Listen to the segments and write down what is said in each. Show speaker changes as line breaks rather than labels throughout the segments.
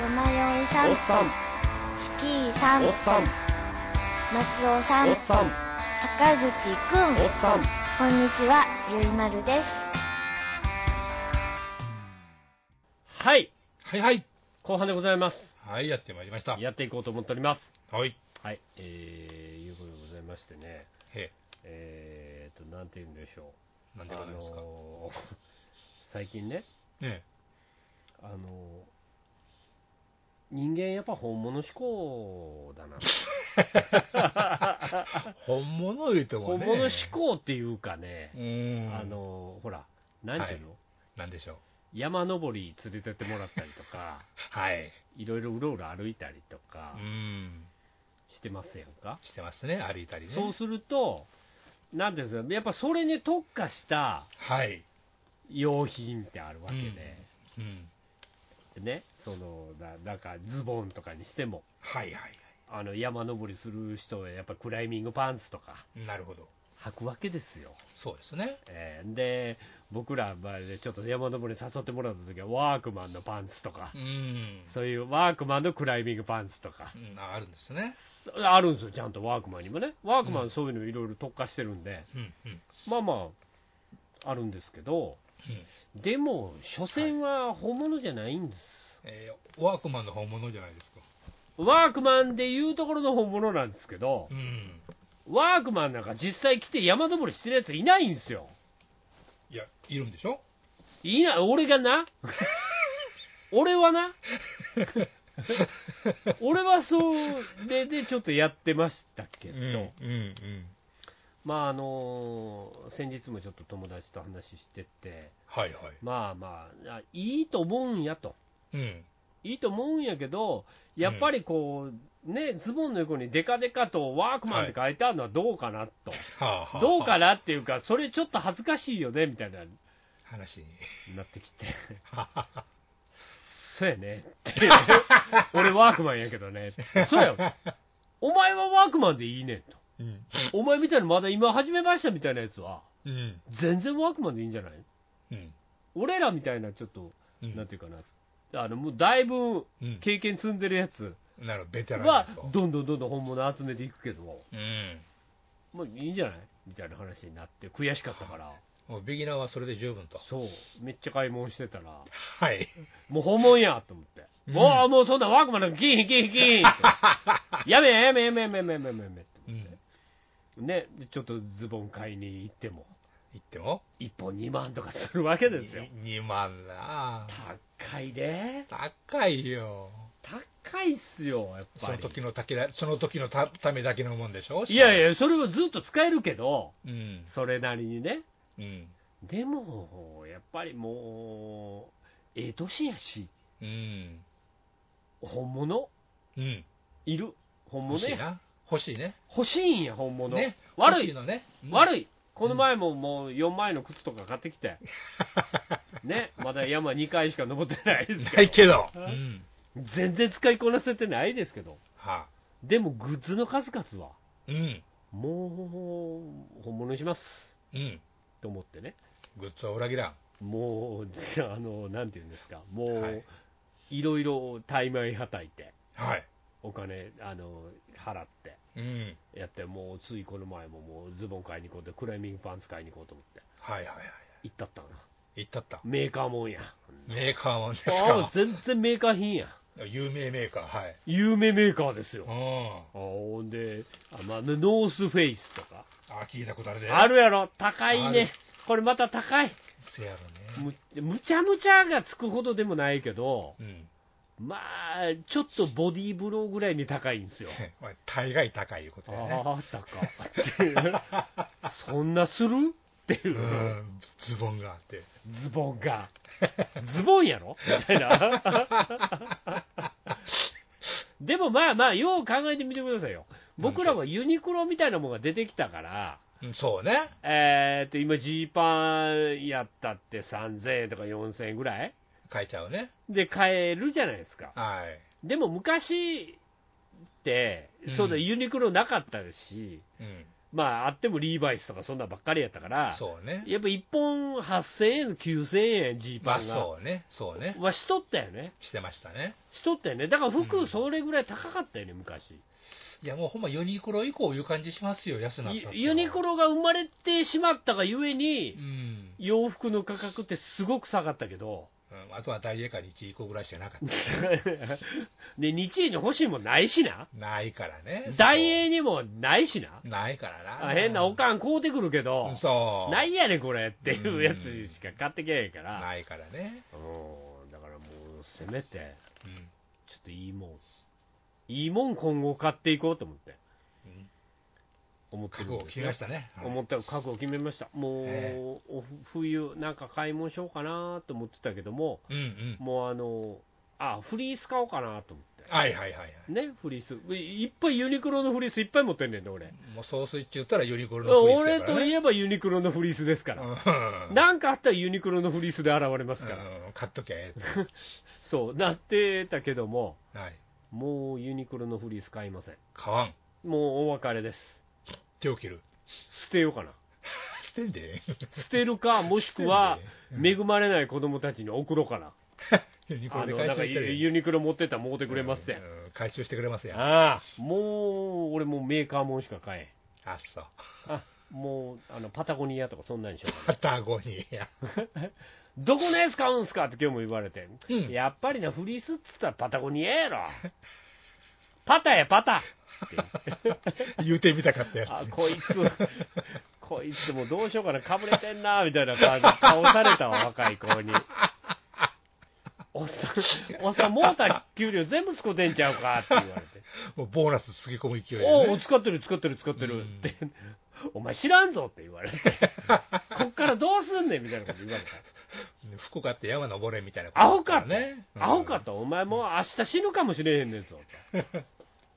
さん
さん
スキーさん
おっさん
松尾さ
お
ん
っさん
坂口くん
おっさん
こんにちはゆいまるです
はい
はいはい。
後半でございます
はい、やってまいりました。
やっていこうと思っております
はい。
はいえー、いうことでございましてね
へ
えー、となんて言うんでしょう
え、なんでございますか。
あのー 最近ね
ね
あのー人間やっぱ本物志向だな
え本物言うても
本
ね。
物志。向っていうかね
う、ーん。
あ、のほら、なんていうの、
なんでしょう。
山登り連れてってもらったりと か、
はい。
いろいろうろうろ歩いたりと
う
か
ん。
してますやんか、
してますね、歩いたりね。
そうすると、なんていうんですか、やっぱそれに特化した
はい。
用品ってあるわけで、
うん。
でね、そのだなんかズボンとかにしても、
はいはい。
あの山登りする人はやっぱクライミングパンツとか
なるほど。
履くわけですよ。
そうですね。
えーで僕らまあねちょっと山登りに誘ってもらった時はワークマンのパンツとか
う、ん。
そういうワークマンのクライミングパンツとか、
うん、ああるんですね。
そあるんですよ、ちゃんとワークマンにもね、ワークマンそういうのいろいろ特化してるんで、
うんうん。
まあまあ、あるんですけど、でも、所詮は本物じゃないんです、
えー、ワークマンの本物じゃないですか。
ワークマンでいうところの本物なんですけど
う、ん。
ワークマンなんか実際来て山登りしてるやついないんですよ、
いや、いるんでしょ
いない、俺がな、俺はな、俺はそれでちょっとやってましたけ
う
ど。
うん。
まああの先日もちょっと友達と話してて、
はいはい。
まあまあ、あいいと思うんやと、
うん。
いいと思うんやけど、やっぱりこう、ね、ズボンの横にデカデカとワークマンって書いてあるのはどうかなと、
はあ、はあ、
どうか
な
なっていうか、それちょっと恥ずかしいよねみたいな
話に。
なってき て、
ははは
そうやねって、俺、ワークマンやけどね、そうや、お前はワークマンでいいねんと、
うん。
お前みたいな、まだ今始めましたみたいなやつは、
うん。
全然ワークマンでいいんじゃない
うん。
俺らみたいなちょっと、
うん
なんていうかな、あのもうだいぶ
うん
経験積んでるやつ
なるほどベテラン
は
だと、
どんどんどんどん本物集めていくけど、
うん、
まあ、いいんじゃないみたいな話になって、悔しかったから、
もうビギナーはそれで十分と、
そう、めっちゃ買い物してたら、
はい、
もう本物やと思って、
うん
もうもうそんなワークマンなんかキンキンキンって、やめやめやめやめやめやめやめやめって
う
思
ん
っ、て、ね、でちょっとズボン買いに行っても、
言っても、
1本2万とかするわけですよ。
2万なあ、
高いで、
高いよ、
高いっすよ、やっ
そ
ぱ
の
り。
時のたけだその時のたためだけのもんでしょ、
いやいや、それはずっと使えるけど、
うん、
それなりにね。
うん、
でも、やっぱりもう、ええ年やし、
うん、
本物
うん、
いる。本
欲
物
しい
や。
な、欲しいね、
欲しいんや、本物。
ね
悪
欲し
い、
のね、
悪
い、
い。この前ももう4枚の靴とか買ってき て、ね、まだ山2回しか登ってないです
な
け
い
ど、
けど、うん、
全然使いこなせてないですけど、
はあ、
でもグッズの数々は、
うん、
もう、本物にします
うん、
と思ってね。
グッズは裏切らん、
もう、じゃあ、あの、なんていうんですか、もう、
はいい、
ろいろ大枚はたいて、
はい、
お金、あの、払って、
うん、
やって、もう、ついこの前も、もう、ズボン買いに行こうって、クライミングパンツ買いに行こうと思って、
はいはいはい、
行ったったかな。
行ったった、
メーカーもんや。
メーカーもんです
ああ
か、
全然メーカー品や。
有名メーカー、はい、
有名メーカーですよ
う。ん。
ああほんで、あまあ、ノースフェイスとか、
あ聞いたことあるで。
あるやろ、高い
あ
ね
る。
これまた高い
せやろね。
む。むちゃむちゃがつくほどでもないけど、
うん。
まあ、ちょっとボディーブローぐらいに高いんですよ。
まあ大概高いいうことやね。
ああ、高っ。そんなするっていうう、
ん。ズボンがあって。
ズボンが。ズボンやろみたい な。でもまあまあ、よう考えてみてくださいよ。僕らはユニクロみたいなものが出てきたから、
うん、そうね。
えー、っと、今、ジーパンやったって3000円とか4000円ぐらい
変えちゃうね。
で買えるじゃないですか。
はい。
でも昔って、
うん
そうだ、ユニクロなかったですし、
うん。
まあ、あってもリーバイスとかそんなばっかりやったから、
そうね。
やっぱ1本8000円、9000円、ジー
ま
パ
あ
ンが、
そうね、そうね。
はしとったよね、
してましたね。
しとったよね、だから
う
服、
ん
それぐらい高かったよね、昔。
いや、もうほんまユニクロ以降いう感じしますよ、安なった
ユ
って
ユニクロが生まれてしまったがゆえ
う
に、
ん。
洋服の価格ってすごく下がったけ ど、
うんあとは大栄華に1個ぐらいしかなかった。
で日英に欲しいもんないしな、
ないからね。
大英にもないしな、
ないからな。
あ変なおかん買うてくるけど、
そう。
なんやねんこれっていうやつしか買ってけへんから。
ないからね。
うんだからもう、せめて、
うん
ちょっといいもん、いいもん今後買っていこうと思って、
うん
思って
覚
るん
悟を
です
決
よ
めましたね。はい
思った覚悟を決めました、もう、
ええ
お冬、なんか買い物しようかなと思ってたけども、
うんうん。
もうあの、あ、フリース買おうかなと思っ
はいはいはいはい。
て、ね、フリース、いいっぱいユニクロのフリースいっぱい持ってんねんで、俺。
もう総帥って言ったらユニクロのフリース
俺
やから
とい
ね。
えばユニクロのフリースですから、
うん
なんかあったらユニクロのフリースで現れますから、
うん買っときゃええ
そうなってたけども、
と。はい。
もうユニクロのフリース買いません。
買わん。
もうお別れです。
手を切る。
捨てようかな。
捨てんで。
捨てる か、もしくは
う、ん
恵まれない子供たちに送ろうかな。
ユニクロ
あ
で
の、
回
な
収
んか
して
ユ
る。
ユニクロ持ってったらもうてくれますやん。
うん回収してくれますやん。
ああ、もう、俺もうメーカーもんしか買え
あ、そう。
ん。あ、もう、あの、パタゴニアとかそんなんにしようかな。
パタゴニア。
どこのやつ買うんすかって今日も言われて。
うん
やっぱりな、フリースっつったらパタゴニアやろ。パタや、パ タ。
言うてみたかったやつ。
あこいつ、こいつもうどうしようかな、かぶれてんなみたいな感じ、顔されたわ、若い子に。おっさん、おっさん、モーター給料全部使ってんちゃうかって言われ
もうボーナスつぎ込む勢い
て、お
で
お、
ね。
使ってる、使ってる、使って
う
るっ
ん
て、お前知らんぞって言わ れて、こっからどうすんねんみたいなこと言われた。
福岡って山登れみたいなこと
アホ
だ
か
ら
と、
ね。うん
アホかと、お前もう明日死ぬかもしれへんねん ぞと、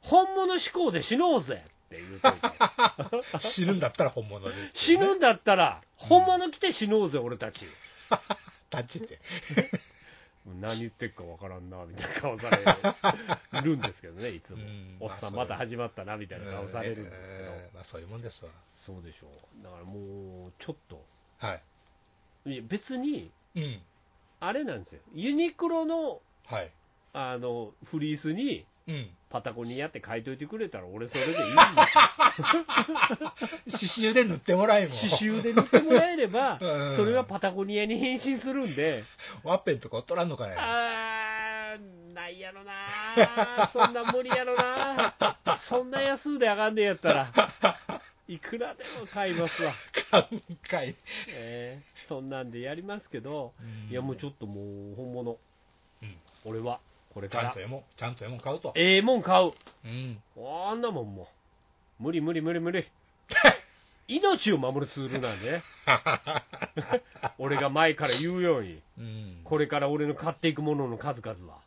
本物志向で死のうぜって言うと いて。
死ぬんだったら本物で。
死ぬんだったら、本物来て死のうぜ、俺たち。
立ちって。
何言ってるかわからんな、みたいな顔されるんですけど ね、いつも
うん。
おっさん、
まあ
また始まったな、みたいな顔されるんですけど、
えーまあそういうもんですわ。
そうでしょう。だからもう、ちょっと、
はい。
いや別に、
うん。
あれなんですよ。ユニクロの、
はい。
あの、フリースに、
うん。
パタゴニアって書いといてくれたら、俺それでいいんで
刺繍で塗ってもらえもん。
すよ刺繍で塗ってもらえれば
う、ん
それはパタゴニアに変身するんで、
ワッペンとか取らんのかね。
あーないやろなそんな無理やろなそんな安うで上がんねやったらいくらでも買いますわ、
感慨。
えーそんなんでやりますけど、いやもうちょっともう本物、
うん
俺はこれ
ち
か
ゃん
ら
とええもん、ちゃんとええもん買うと。
ええもん買う
うん。
あんなもんもう無理無理無理 無理命を守るツールなんでね俺が前から言うように
うん。
これから俺の買っていくものの数々は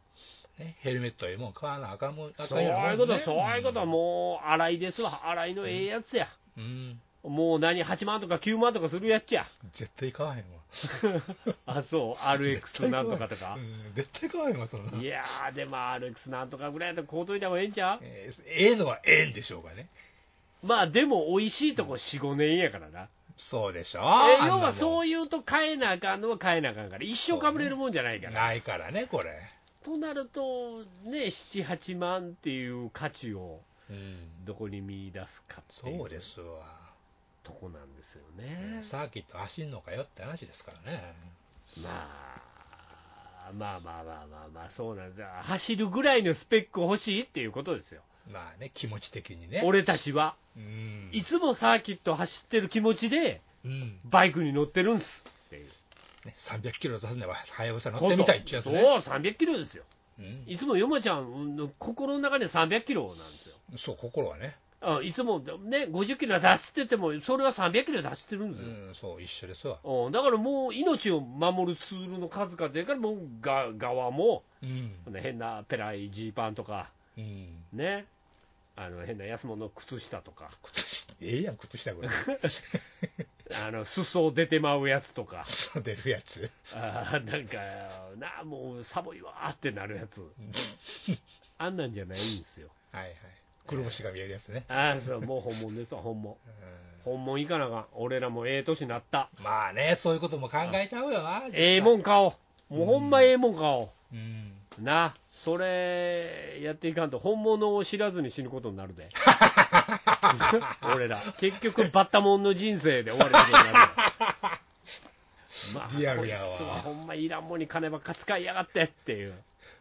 ね、ヘルメットええもん買わなあかんもん。あ
そ
か
うん
よなもんね
いうこと、そういうこと、もう、洗いですわ、洗いのええやつや。
うん。
もう何、8万とか9万とかするやつや。
絶対買わへんわ。
あ、そう、RX なんとかとか
う。ん。絶対買わへんわ、そんな。
いやー、でも RX なんとかぐらいやったら買うといた方がええんちゃう
えーええのはええんでしょうかね。
まあ、でも美味しいとこ4、5年やからな。
そうでしょう。
え要はそうういうと買えなあかんのは買えなあかんから、一生かぶれるもんじゃないから。
ないからね、これ。
となると、ね、7、8万っていう価値を
うん。
どこに見出すかってい
そううですわ。
とこなんですよね。
サーキット走んのかよって話ですからね。
まあ、まあまあまあまあまあ、そうなんだ。走るぐらいのスペック欲しいっていうことですよ。
まあね、気持ち的にね。
俺たちは。
うん。
いつもサーキット走ってる気持ちで、
うん。
バイクに乗ってるんすっていう。
ね、300キロ出すねば、はやぶさ乗ってみたいってやつ
そう、
ね。
300キロですよ。
うん
いつもヨマちゃんの心の中で300キロなんですよ。
そう、心はね。
あいつもね、50キロで走ってても、それは300キロで走ってるん
う
ですよ。
ん、そう、一緒ですわ。
うんだからもう命を守るツールの数々やから、もうが側も、
うん。
こんな変なペライジーパンとか、
うん。
ね、あの変な安物の靴下とか、
靴下、ええやん、靴下 ぐらい。
あの裾出てまうやつとか、
そう出るやつ。
あーなんか、な あ、もう寒いわーってなるやつ、あんなんじゃないんですよ。
はいはい。くるぶしが見えるやつね。
ああ、そう、もう本物ですわ、本物。本物いかなあかん。俺らもええ年なった。
うんまあね、そういうことも考えちゃうよな。
ええもん買おう。もうほんまええもん買お
ん。うん。
う。な、それ、やっていかんと、本物を知らずに死ぬことになる で。俺ら。結局、バッタモンの人生で終わること になるよ。まあ、
リアルやわ
こいつはほんまいらんもんに金ばっか使いやがってっていう。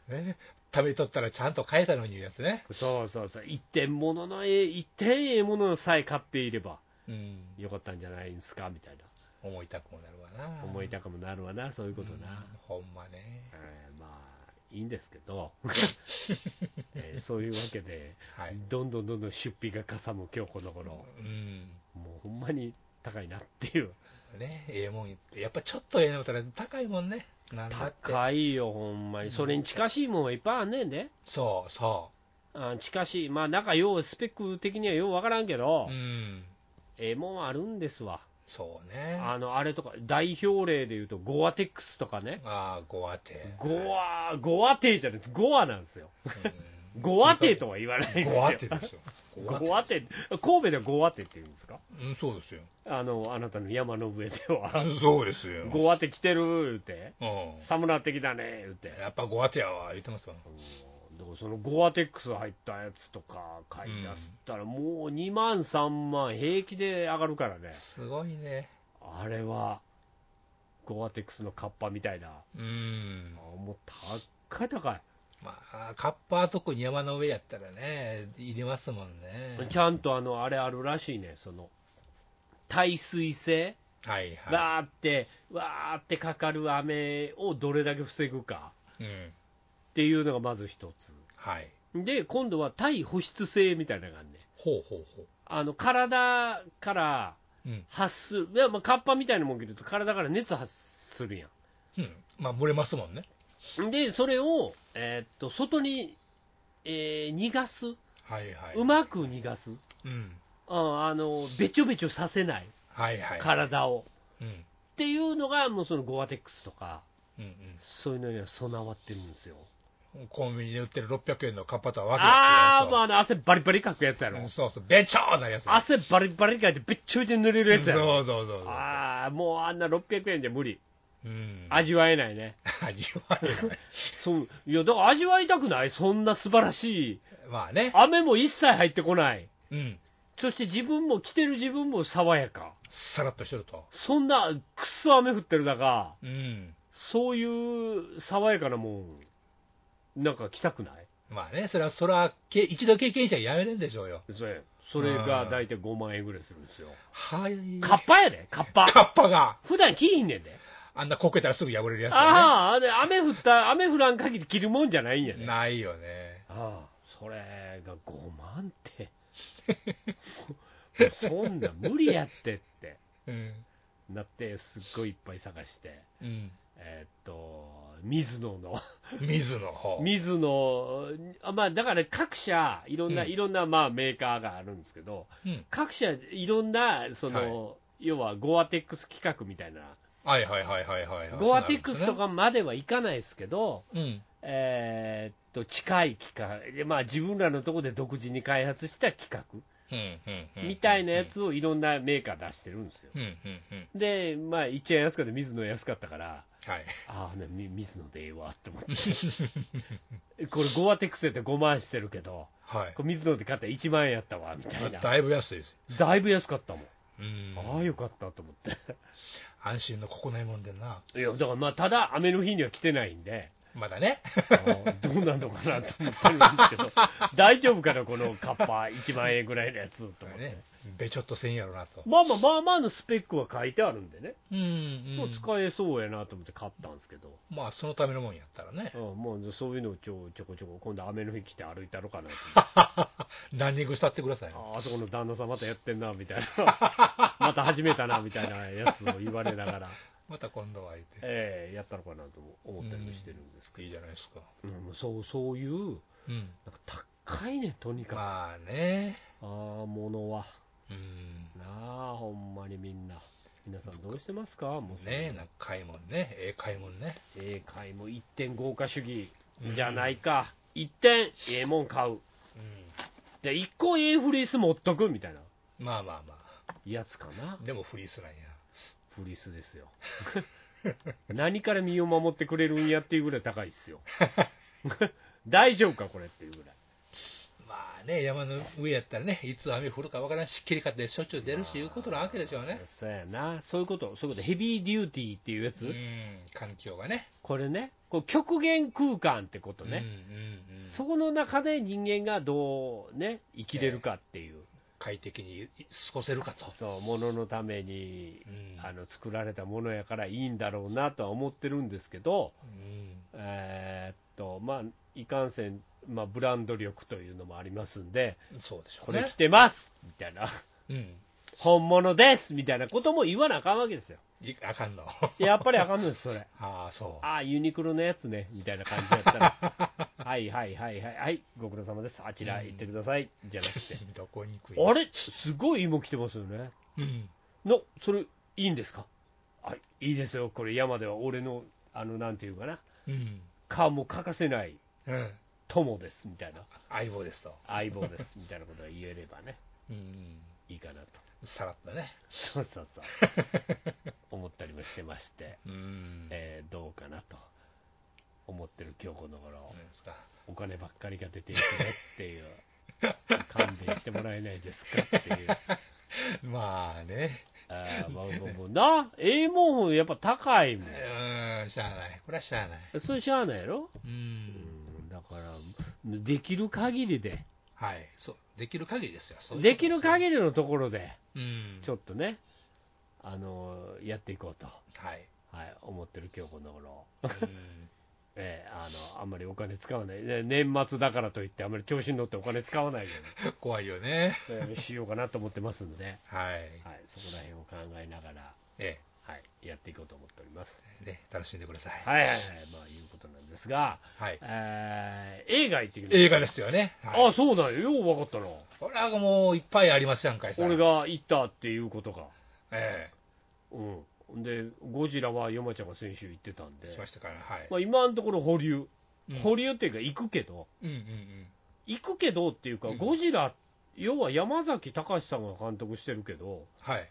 ね。食べとったらちゃんと変えたのにいうやつね。
そうそうそう。一点もののええ、一点ええものさえ買っていれば
うん。
よかったんじゃないんすかみたいな。
思いたくもなるわな。
思いたくもなるわな、そういうことな。
うんほんまね。
えーまあいいんですけ ど、えーそういうわけで、
はい。
どんどんどんどん出費がかさむ今日この頃
うん。
もうほんまに高いなっていう
ね、ええもん言って、やっぱちょっとええのったら高いもんね。なんだって。
高いよほんまにそれに近しいもんはいっぱいあんねんで、
そうそ
あ近しいまあなんかようスペック的にはようわからんけど、
う。うん。
ええもんはあるんですわ
そうね。あ
あのあれとか代表例でいうとゴアテックスとかね
あー、ゴアテ。
ゴアゴアテじゃないゴアなんですよ
うん
ゴアテとは言わないんですよ
ゴアテですよ。
ゴアテ神戸ではゴアテって言うんですか
うん、そうですよ。
あの、あなたの山の上では、
そうですよ。
ゴアテ来てる言うて、
うん。
寒なってきたね言うて、
やっぱゴアテやわ、言ってますわ。
うんだからそのゴアテックス入ったやつとか買い出すったら、もう2万、3万、平気で上がるからね、
すごいね。
あれは、ゴアテックスのカッパみたいな、
うん
あ。もう高い高い、
まあ、カッパは特に山の上やったらね、入れますもんね。
ちゃんとあのあれあるらしいね、その耐水性、
はいは
わーって、わーってかかる雨をどれだけ防ぐか
い。うん。
っていうのがまず一つ。
はい。
で、今度は対保湿性みたいなのがあるね。
ほうほうほ
あの、体から
う。うん。
発する、いやまあ、カッパみたいなもん着ると体から熱発するや
うん。まあ、漏れますもんね。
ん。で、それを、えーっと、外に、えー逃がす。
はいはい。
うまく逃がす。
うん。
ああの、べちょべちょさせない。
はいはい。
体を。
うん。
っていうのが、もうそのゴアテックスとか、
うん
そういうのには備わってるんですよ。
うん。コンビニで売ってる600円のカッパとはわけ
あー、もう
が
あの、汗バリバリかくやつや
違う。
ろ
うん。そうそう。べちょーなやつ。
汗バリバリかいて、べっちょべちょに濡れるやつやろ。
そうそうそうそう。
ああ、もうあんな600円じゃ無理。
うん。
味わえないね。
味わえない。
そう。いや、だから味わいたくないそんな素晴らしい。
まあね。
雨も一切入ってこない。
うん。
そして自分も、着てる自分も爽やか。
さらっとしてると。
そんな、くっそ雨降ってる中、
うん。
そういう爽やかなもん、なんか着たくない
まあね、それは、それは、け一度経験者やめるんでしょうよ。
それ、それが大体5万円ぐらいするんですよ。
はい。
カッパやで、カッパ。
カッパが、
普段着ひんねんで。
あんなこけたらすぐ破れるやつだ
ああ、で雨降った、雨降らん限り着るもんじゃないんや
ね。
ね。
ないよね。
ああそれが5万って もうそんなん無理やってって
うん。
なってすっごいいっぱい探して
うん。
えーっと水野の
水の方。
水野あまあだから各社いろんな、
うん
いろんなまあメーカーがあるんですけど
うん。
各社いろんなその、要はゴアテックス企画みたいな、
はいはいはいはいはいはい。
ゴアテックスとかまではいかないですけど、
うん。
えーっと近い企画、でまあ、自分らのところで独自に開発した企画、
うん。うん。うん。
みたいなや。つをいろんなメーカー出してるんですよ。
うん。うん。うん。
で、まあ、一円安かった、水野安かったから、
はい。
ああ、ね、み水野でええわって思って、 これ、ゴアテックスやったら5万してるけど、
はい
こ。れ水野で買ったら1万円やったわみたいな、
だいぶ安いです。
だいぶ安かったもん、
うん。
ああ、よかったと思って、
安心のここないもんでな。
いや、だからまあ、ただ、雨の日には来てないん で、
まだね。
あのどうなのかなと思ってるんですけ ど、大丈夫かな、このカッパ1万円ぐらいのやつと思って
ね。。べちょっとせんやろなと。
まあまあまあまあのスペックは書いてあるんでね、
うん。
もう使えそうやなと思って買ったんですけど、
まあ、そのためのもんやったらね
う。ん、もうそういうのをちょちょこちょこ、今度雨の日来て歩いたろかなと
ランニングしたってくださいよ。
思ってああそこの旦那さんまたやってんなみ たいな、また始めたなみたいなやつを言われなが ら、
また今度は言って。
ええやったのかなと思ったりもしてるんですけ
いいじゃないですか。
ど、うんそうそういう、
うん。
なんか高いね、とにかく、あ
まあね。
あものは、
うん。
なあ、ほんまにみんな、皆さんどうしてますか、もう
ねえ、なんか買い物ね。ええ買い物ね。
ええ買いも一点豪華主義じゃないか、一点ええもん買う、
うん。
で、一個いいフリース持っとくみたいな
まあまあまあ。
やつかな。
でもフリースなんや。
フリースですよ。 何から身を守ってくれるんやっていうぐらい高いっすよ。 大丈夫か、これっていうぐらい。
まあね、山の上やったらね、いつ雨降るかわからんし、霧かってしょっちゅう出るし、いうことなわけでしょうね。
そうやな、そういうこと、そういうこと、ヘビーデューティーっていうや
う
つ、
ん、環境がね。
これね、こう極限空間ってことね、
うんうんうん。
そこの中で人間がどうね、生きれるかっていう、
快適に過ごせるかと。
そう、もののために、
うん
あの作られたものやからいいんだろうなとは思ってるんですけど、
うん。
えーっと、まあ、いかんせん、まあ、ブランド力というのもありますんで、
そうでしょ
こ
うね。
れ着てますみたいな、
うん。
本物ですみたいなことも言わなあかんわけですよ。
いあかん の。
やっぱりあかんのです、それ。
ああ、そう。
ああ、ユニクロのやつね、みたいな感じだった ら、はいはいはいはい、はい、ご苦労様です、あちら行ってください、じゃなくて、
どこにくい。
あれ、すごい芋来てますよね。
うん。
の、それ、いいんですかあいいですよ、これ、山では俺の、あの、なんていうかな、
うん。
顔も欠かせない
うん。
友です、みたいな、
相棒ですと。
相棒です、みたいなことが言えれ ばね、
うん。
いいかなと。
さらっとね。
そうそうそう、思ったりもしてまして、
うんえ
えーどうかなと思ってる今日この頃。
ですか。
お金ばっかりが出ていくねっていう、勘弁してもらえないですかっていう、
まあね。
あーまあまあまあな、ええもん、やっぱ高いも、
うんん、しゃあない。これはしゃあない。
それしゃあないやろ、
う。
うんん、だから、できる限りで、
はい。そう。できる限りですよ。そういう
できる
り。
限りのところで、
うん。
ちょっとね、あのやっていこうと、
はい。
はい、思ってる今日この頃。
うん。
ええあのあんまりお金使わない、ね年末だからといって、あんまり調子に乗ってお金使わないよ
怖いよね。
う にしようかなと思ってますんで、
はい。
はい、そこら辺を考えながら、
え
はい、やっていこうと思っております。
え。ね、楽しんでください。
はいはいはい、まあいうことなんですが、
はい。
えー映画行ってきます。
映画ですよね。はい
ああ、そうなんよ、よう分かったな。
これはもういっぱいありますやんかいさ。
俺。が行ったっていうことが。
え
うん。で、ゴジラは山ちゃんが先週行ってたん
え。
で
しま、したから。はい。
まあ、今のところ保留。
うん
保留っていうか、行くけど、
うんうんうん。
行くけどっていうか、
うん
ゴジラ、要は山崎隆さんが監督してるけど、
はい。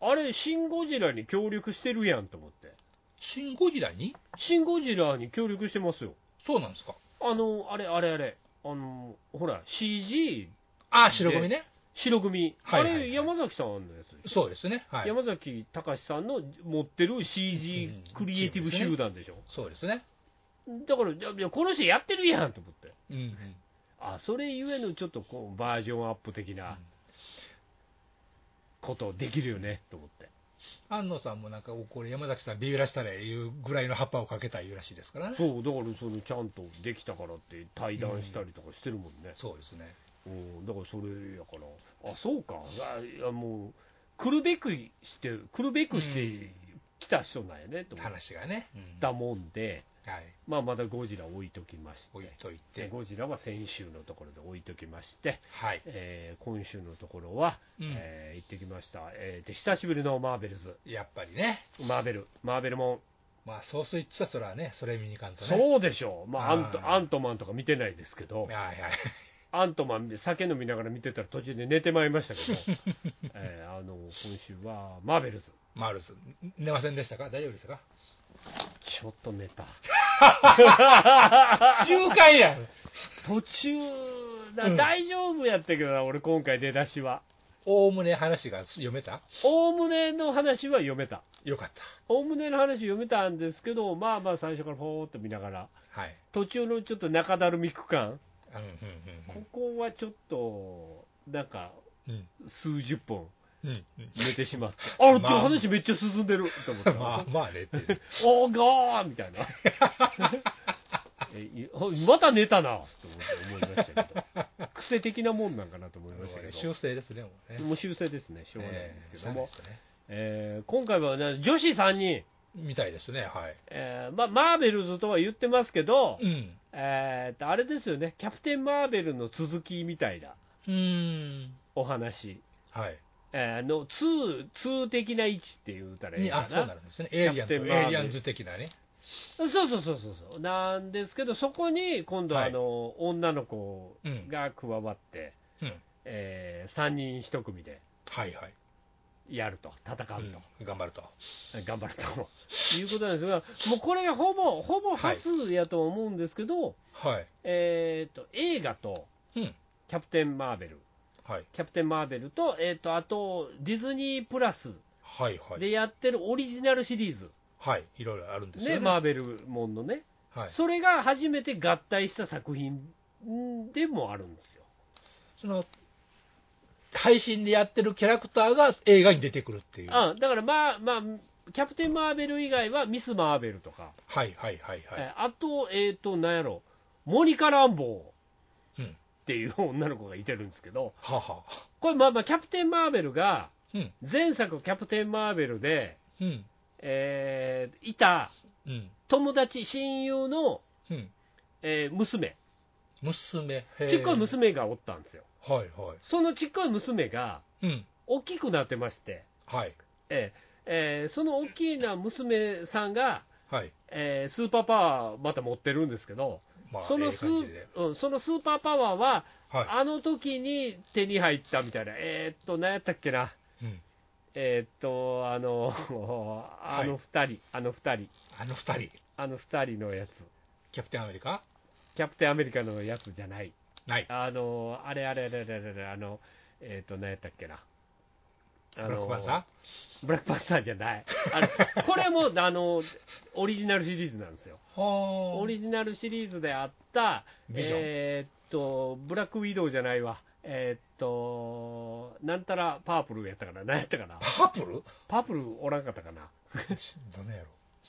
あれ、シン・ゴジラに協力してるやんと思って。
シン・ゴジラに
シン・ゴジラに協力してますよ。
そうなんですか。
あの、あれあれあれ、あの、ほら、CG、
ああ、白組ね。
白組、
はいはいはい
あれ、山崎さんのやつでしょ、
そうですね。はい。
山崎隆さんの持ってる CG
うん
クリエイティブ集団でしょ、
そうですね。
だから、いやいやこの人やってるやんと思って、
うんうん。
あそれゆえのちょっとこうバージョンアップ的なことできるよねと思って、
安野さんもなんか、おこれ山崎さんビビらしたらいうぐらいの葉っぱをかけたいうらしいですからね。
そう、だからそのちゃんとできたからって、対談したりとかしてるもんね、
そうですね。
うん、だからそれやから、あそうか、あいやもう、来るべくして、来るべくして来た人なんやねと思っ
話がね。うん
たもんで、
はい。
まあ、まだゴジラ置いときまして
置いとい
で、
て。
ゴジラは先週のところで置いときまして、
はい。
えー今週のところは、
うん
えー行ってきました、えーで、久しぶりのマーベルズ、
やっぱりね。
マーベル、マーベルもん、
まあ、そうするとそれはね、それ見に行かんとね。
そうでしょう、まあアン
う
ト、
ん
アントマンとか見てないですけど
はい、 はい。
アントマン、酒飲みながら見てたら途中で寝てまいりましたけど、 えーあの今週はマーベルズ、
マールズ、寝ませんでしたか大丈夫ですか
ちょっと寝た、
週刊やん
途中な、
うん
大丈夫やったけどな、俺、今回出だしは。
おおむね話が読めた
おおむねの話は読めた。
よかった。
おおむねの話読めたんですけど、まあまあ最初からほーっと見ながら、
はい。
途中のちょっと中だるみ区間、
うんうん
ここはちょっと、なんか、
うんうん。
数十本
うんうんうん。
寝てしまって、あっ、
まあ
話めっちゃ進んでると思ったら、
まあまあねっていう。
おー、ガーみたいな。 えいまた寝たなと思って思いましたけど、癖的なもんなんかなと思いましたけ
修
ど、
正ですね、もうね。
もう修正ですね、しょうがないんですけども、
ええそうですね
えー今回はね女子3人、
みたいですね、はい。
えーまあ、マーベルズとは言ってますけど、
うん。
えーっとあれですよね、キャプテン・マーベルの続きみたいな
うん。
お話、
はい。
えー、の 2, 2的な位置って言うたらいい
にあ
か、
そう
な
なるんですね。エイリアンと
キャプテンマーベル
エイリアンズ的なね。
そうそうそうそうそう、なんですけど、そこに今度は
はい
あの、女の子が加わって、
うん
えー、3人1組で
はいはい、
やると、戦うと、
うん頑張ると。
頑張るということなんですが、もうこれがほぼ、ほぼ初やと思うんですけど、
はい。
えー、と映画と
うん。
キャプテン・マーベル、
はい。
キャプテン・マーベルと、えー、とあとディズニープラス
はいはい。
でやってるオリジナルシリーズ、
はい。いろいろあるんですよ
ね
ね。
マーベルもんのね、
はい。
それが初めて合体した作品でもあるんですよ。
その、配信でやってるキャラクターが映画に出てくるっていう。
あだから、まあまあ、キャプテン・マーベル以外はミス・マーベルとか、
はいはいはいはい。
えあと、えっ、と、なんやろ、モニカ・ランボ
う
ー
ん
っていう女の子がいてるんですけど、
はあはあ。
これ、まあまあ、キャプテン・マーベルが、
うん。
前作、キャプテン・マーベルで、
うん。
えーいた
うん。
友達、親友の、
うん。
えー娘、
娘。へえ
ちっこい。娘がおったんですよ。
はいは
そのちっこい娘が
い。うん。
大きくなってまして、
はい。
えーえーその大きな娘さんが、
はい。
えースーパーパワーまた持ってるんですけど、
まあ、
そ
え
の
え
ス
感じで
ー、うん、そのスーパーパワーは、
は
あの時に手に入ったみたいな、えーっと、何やったっけな、
い。うん。
えーっと、あの、
い
あの二人、あの二人、
あの二人。
あの二人のやつ、
キャプテンアメリカ
キャプテンアメリカのやつじゃない、
ない。
あの、あれあれあれあれあれあれ、あの、えーっと、何やったっけな。あ
ブラックパンサ
ブラックパンサーじゃない、あのこれもあのオリジナルシリーズなんですよ。
ーは
オリジナルシリーズであった、
ビジョン
えーっと、ブラックウィドウじゃないわ、えーっと、なんたらパープルやったかな、なんやったかな、
パープル
パープルおらんかったかな、
どんなんや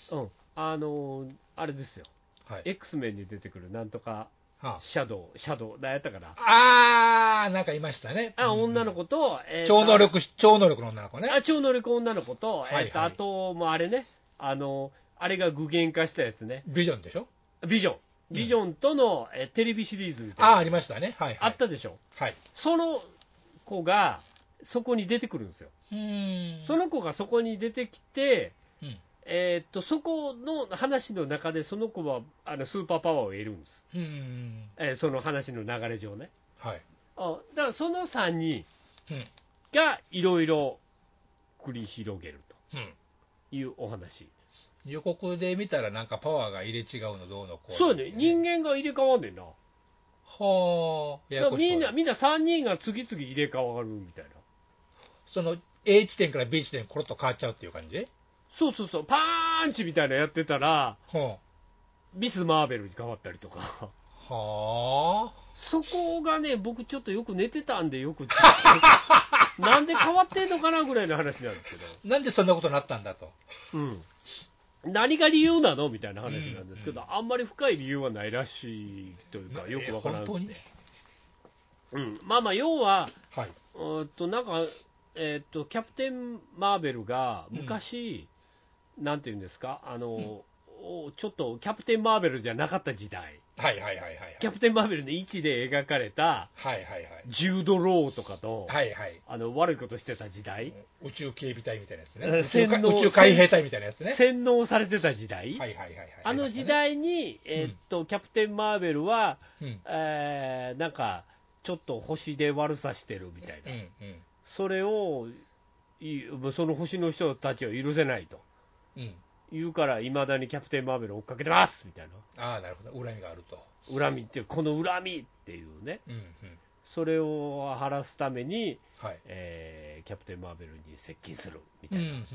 ろ。
うん、あのー、あれですよ、
はい。
X メンに出てくるなんとか、
は
シャドウ、シャドウ、なんやったかな、
あ、あー、なんかいましたね。
あ
うん
女の子と、えーっと
超能、力、超能力の女の子ね。
あ超能力女の子と、えーっと
はいはい
あと、もうあれね、あのあれが具現化したやつね、
ビジョンでしょ
ビジョン、ビジョンとの、えーテレビシリーズみたいな
ああ、、ありましたね。はい、はい。
あったでしょ。
はい。
その子がそこに出てくるんですよ、
うん
その子がそこに出てきて、
うん。
えーっとそこの話の中で、その子はあのスーパーパワーを得るんです、
うん。
えーその話の流れ上ね。
はい。
あだからその3人
うん。
がいろいろ繰り広げる
うん。
というお話、
予告で見たらなんかパワーが入れ違うのどうのこうの
そうやね、人間が入れ替わんねんな、
はあ。や
だから
やこしそう
みんなみんな3人が次々入れ替わるみたいな、
その A 地点から B 地点コロッと変わっちゃうっていう感じ
そうそうそう、パーンチみたいなのやってたら、
は
ミス・マーベルに変わったりとか。
あ。は
そこがね、僕ちょっとよく寝てたんで、よく なんで変わってんのかなぐらいの話なんですけ
あ。なんでそんなことになったんだと。
ど、うん、何が理由なのみたいな話なんですけど、
うん
あんまり深い理由はないらしいというか、よくわから
え
な
本当
く
に
て、うん、まあまあ、要は、
はい。
うーんとなんか、えー、とキャプテン・マーベルが昔、なんていうんですか、あの、おちょっとキャプテン・マーベルじゃなかった時代、
はいはいはいはいはい。
キャプテン・マーベルの位置で描かれた、
はいはいはい。
ジュード・ローとかと、
はいはい。
あの悪いことしてた時代、
宇宙警備隊みたいなやつね。
うん
宇宙
洗脳
海宇宙海兵隊みたいなやつね。
洗脳されてた時代、
はいはいはいはい。
あの時代に、えーっとキャプテン・マーベルは、
うん。うん。
えーなんかちょっと星で悪さしてるみたいな、
うん。
それをいその星の人たちを許せないと
うん。うん。
言うから、いまだにキャプテン・マーベルを追っかけてますみたいな、
ああ、なるほど。恨みがあると。
恨みって、この恨みっていうね、
うんうん。
それを晴らすために、
はい。
えーキャプテン・マーベルに接近するみ
う
た
ん
い
うん
な。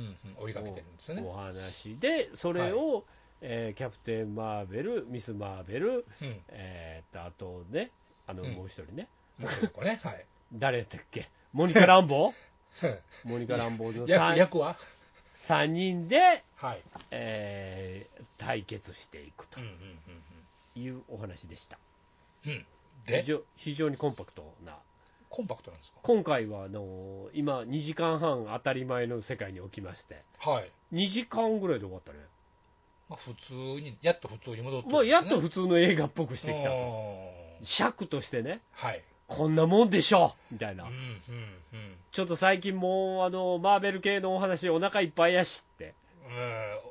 うん。追いかけてるんですよね
お。話で、それを、えーキャプテン・マーベル、ミス・マーベル、
うん。
えーっとあとね、あの
うん
もう一人ね、
もう一個ね。 はい。
誰だっけ、モニカ・ランボ
うん
ーモニカ・ランボーの
役
3,
役は
三人で、
はい。
えー対決していくと
うんうん
いうお話でした。
うんうん。うん。
非
で、
常非常にコンパクトな、
コンパクトなんです
今回はあのー今、2時間半当たり前の世界に起きまして、
かはい。
2時間ぐらいで終わったね、
まあ普通に、やっと普通に戻って
まあ、やっと
普
普通の映画っぽくしてきたと、
は
尺としてね、
い。
こんなもんでしょうみたい
うん
な
うん、うん。
ちょっと最近もうあのマーベル系のお話お腹いっぱいやしって、
うん、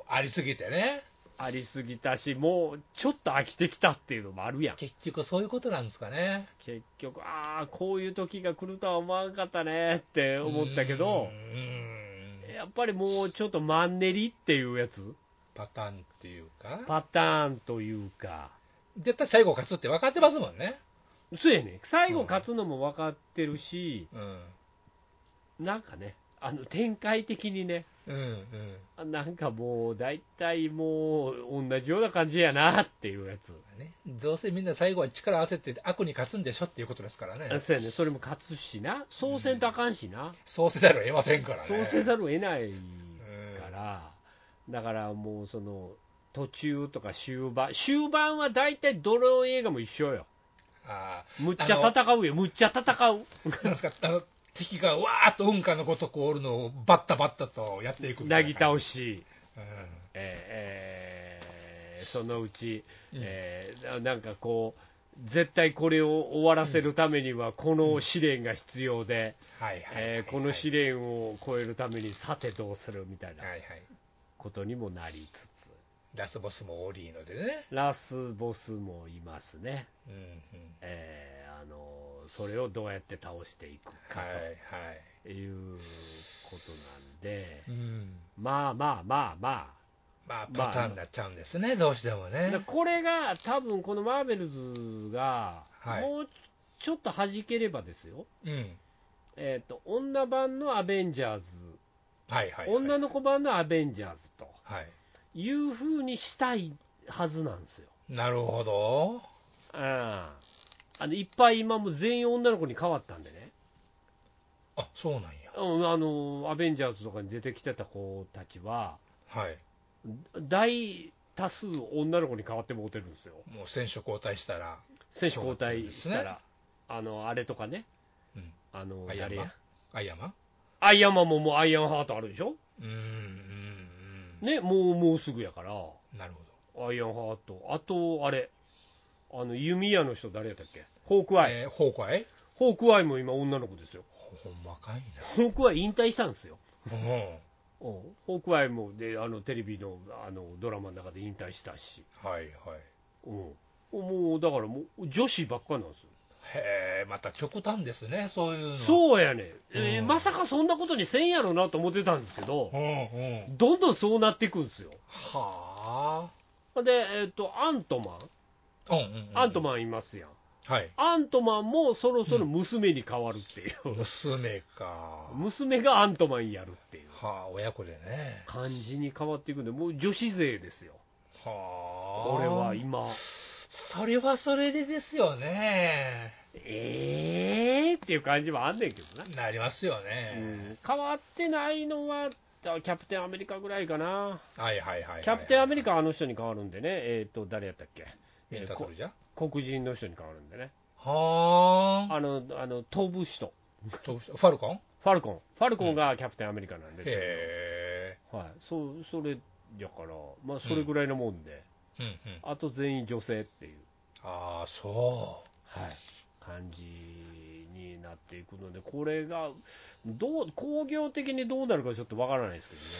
ありすぎてね。
ありすぎたし、もうちょっと飽きてきたっていうのもあるやん。
結局そういうことなんですかね。
結局、ああ、こういう時が来るとは思わんかったねって思ったけど、
うーん
やっぱりもうちょっとマンネリっていうやつ、
パターンっていうか、
パターンというか、
絶対最後勝つって分かってますもんね。
そうやね、最後勝つのも分かってるし、
うん。
なんかね、あの展開的にね、
うんうん。
なんかもう、大体もう、同じような感じやなっていうやつ。
ね、どうせみんな最後は力を合わせて悪に勝つんでしょっていうことですからね
あ。そうやね、それも勝つしな、そうせんとあかんしな、
そうせざるを得ませんからね。
そうせ
る
ざるを得ないから、だからもう、その、途中とか終盤、終盤は大体どの映画も一緒よ。
あ
むっちゃ戦うよ、むっちゃ戦う。
あ、なんですか、あの、敵がわーっと運河のごとくおるのをバッタバッタとやっていくみた
ないぎ
な感
倒
じ。
し、えーえーそのうち、
うん
えーななんかこう、絶対これを終わらせるためには、この試練が必要で、
うん。はいはいはい、
えーこの試
り
練を超えるために、さてどうするみたいな
はいはい。
ことにもなりつつ、
ラスボスもおりのでね。
ラスボスもいますね、
うんうん。
えーあのそれをどうやって倒していくか
はいはい。
ということなんで、
うん。
まあまあまあまあ。
まあ、
まあ
パターンになっちゃうんですね、どうしてもね
だから。これが多分このマーベルズが、
はい
もうちょっと弾ければですよ、
うん。
えーと、女版のアベンジャーズ、
はいはい、はい。
女の子版のアベンジャーズと
はい。
いうふうにしたいはずなんですよ。
なるほど。
うん、あのいっぱい今も全員女の子に変わったんでね、
あ、そうなんや。
うんあのアベンジャーズとかに出てきてた子たちは、
はい。
大多数女の子に変わってもうてるんですよ、
もう選手交代したら、
選手交代し
そうな
た
んですね
ら、あのあれとかね、
うん
あの
アイアン
誰
マ
や
ンアイアンマン
アイアンマンももうアイアンハートあるでしょ、
うーん、うん、
ね、もうもうすぐやから、
うん。なるほ
アイアンハート、あと、あれ、あの弓矢の人、誰やったっけ、ホーク
ど。
アイ、
えー、ホークアイ
ホークアイも今、女の子ですよ、
ほほんまかい
ホークアイ引退したんですよ、
な。うん。
うんホークアイもであのテレビのあのドラマの中で引退したし、
はいはい。
うん、もうだから、もう女子ばっかなんですよ、
へえ、また極端ですね、そういうの。う。
そうやねん、えー
うん
まさかそんなことにせんやろなと思ってたんですけど
う、んうん。
どんどんそうなっていくんですよ。
は
で、えっとアントマン、
あ。うんうん、うん。
アント
ン。
マンいますやん。
はい。
アントマンもそろそろ娘に変わるっていう、
娘か。
娘がアントマンやるっていう
はあ、親子でね。
感じに変わっていくんで、もう女子勢ですよ、
はあ。
これは今、
それはそれでですよね。
えーっていう感じはあんねんけどな、
なりますよ
う
ね。
ん変わってないのは、あキャプテンアメリカぐらいかな、
はいはいはいはいはい。
キャプテンアメリカ、あの人に変わるんでね、えっ、と、誰やったっけ、
ミ
え
ン
ー
タ
こ
ソルジャー
黒人の人に変わるんでね、
はあ。
あの、あの飛ぶ人、
とファルコン
ファルコン、ファルコンがキャプテンアメリカなんで、
へえ。
はい、そうそれやから、まあ、それぐらいのもんで、
うんうん。
あと全員女性っていう、
ああ、そ
はい、感じになっていくので、これがどう工業的にどうなるかちょっとわからないですけどね、
う。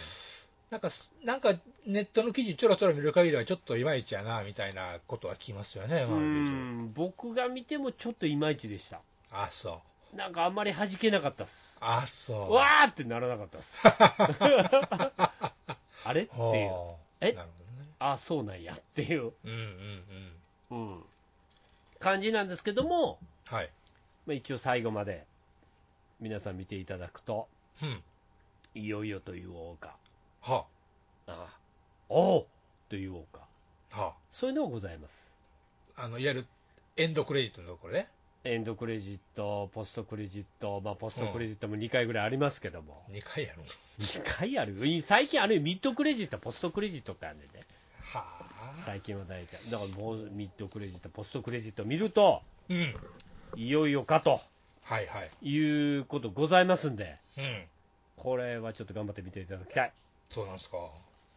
なんかす、なんかネットの記事ちょろちょろ見る限りはちょっといまいちやな、みたいなことは聞きますよね、
う
まあ
ん僕が見てもちょっといまいちでした、
あそう。
なんかあんまり弾けなかったっす、
あそう。
わーってならなかったっす、あれっていう、
はあ
え
なるほどね。
あそうなんやっていう、
うんうんうん。
うん、感じなんですけども、
はい。
まあ、一応最後まで皆さん見ていただくと、
うん。
いよいよと言おうか、
は
ああおうと言おうか、
あ。は
そういうのがございます。
あ。あの、いわゆるエンドクレジットのところね。
エンドクレジット、ポストクレジット、まあ、ポストクレジットも2回ぐらいありますけども、
2回やろ。
2回ある、い最近あるよミッドクレジット、ポストクレジットってあるんでね、
はあ。
最近は大体、だからもうミッドクレジット、ポストクレジット見ると、
うん。
いよいよかと
はいはい。
いうことございますんで、
うん。
これはちょっと頑張って見ていただきたい。
そうなんですか。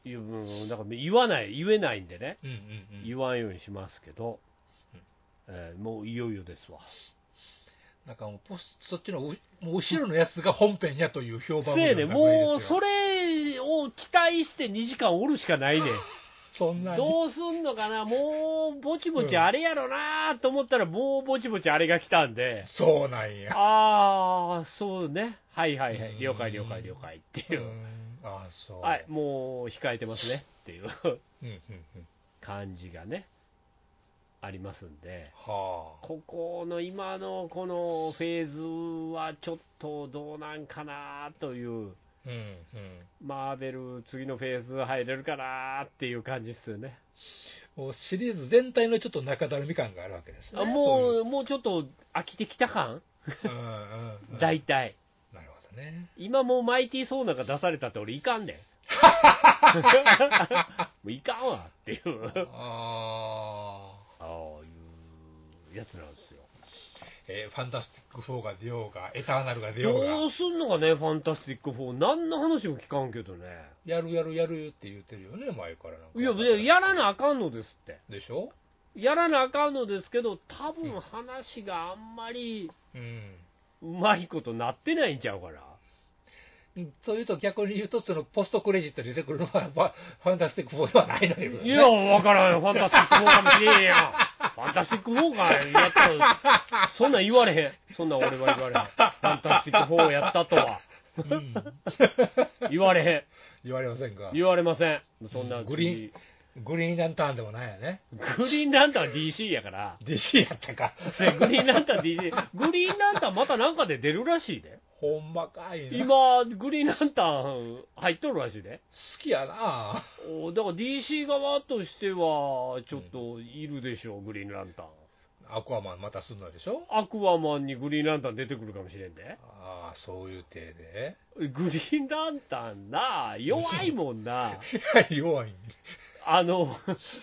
いううんだから言わない、言えないんでね、
うんうんうん。
言わんようにしますけど
うん、
えーもういよいよですわ。
なんかもうポス、そっちのうもう後ろのやつが本編やという評判を
せ
呼
や
んだ
ね、
ぐらいですよ
もうそれを期待して2時間おるしかないね。
そんなに。
どうすんのかな、もうぼちぼちあれやろなと思ったら、もうぼちぼちあれが来たんで、
そうなんや。
ああ、そうね、はいはいは
う
い、
ん
了解了解了解っていうう、
んああ、そう。
はい、もう控えてますねっていう
うんうんうん。
感じがね、ありますんで、
はあ。
ここの今のこのフェーズはちょっとどうなんかなという、
うんうん。
マーベル、次のフェーズ入れるかなっていう感じっすよね。
もうシリーズ全体のちょっと中だるみ感があるわけですね。
あも
う
う、もうちょっと飽きてきた感、
いう、うんうんうん
大体。
なるほどね。
今もうマイティーソーなんか出されたって俺いかん ねん。もういかんわっていう。あ
ああ。
あいうやつなんですよ。
えーファンタスティック4が出ようが、エターナルが出よう
ど
が
う、すんのかね、ファンタスティック4。何の話も聞かんけどね。
やるやるやるって言ってるよね、前からなんか。
いや、でやらなあかんのですって。
でしょ
やらなあかんのですけど、多分話があんまり
うん。
うまいことなってないんちゃうかな。
というと、逆に言うと、そのポストクレジットに出てくるのは、ファファンタスティック4ではないということ
い
ね
や、わからんよ。ファンタスティック4が見れへんやん。ファンタスティック4がやったら、そんなん言われへん。そんなん俺は言われへん。ファンタスティック4をやったとは
うん
言われへん。
言われませんか。
言われません。そんな
グリグリーンランタンでもないやね。
ーン。グリーンランタンは DC やから。
DC やったか。
せやグリーンランタン DC。グリーンランタンまたなんかで出るらしいで。
ほんまかいな。好
今、グリーンランタン入っとるらしいで。
きやな。
おだから DC 側としては、ちょっといるでしょう、グリーンランタン。
アクアマンまたすんのでしょ
アクアマンにグリーンランタン出てくるかもしれんで、
ああ、そういう体で。
グリーンランタンな、弱いもんな、
弱い。
あの、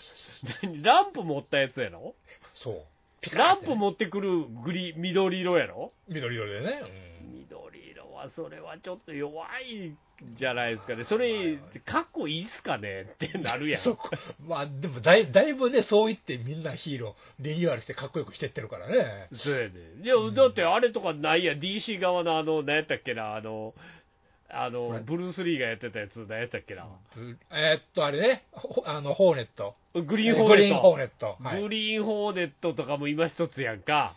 何ランプ持ったやつやろ
そう。
ランプ持ってくるグリ緑色やろ
緑色でね。
緑色はそれはちょっと弱いんじゃないですかね。それ、かっこいいっすかねってなる
うん、
やん。
そこ。まあ、でもだい、だいぶね、そう言ってみんなヒーロー、リニューアルしてかっこよくしてってるからね。
そうやね。いや、だってあれとかないやん、DC 側のあの、何やったっけな、あの、あ
これ
の、ブルース・リーがやってたやつ、何やったっけな。
ぶえーっと、あれね、ほあの、ホーネット。
グ
グ
リーンホーネット。
ネットはい
グリーンホーネットとかも今一つやんか。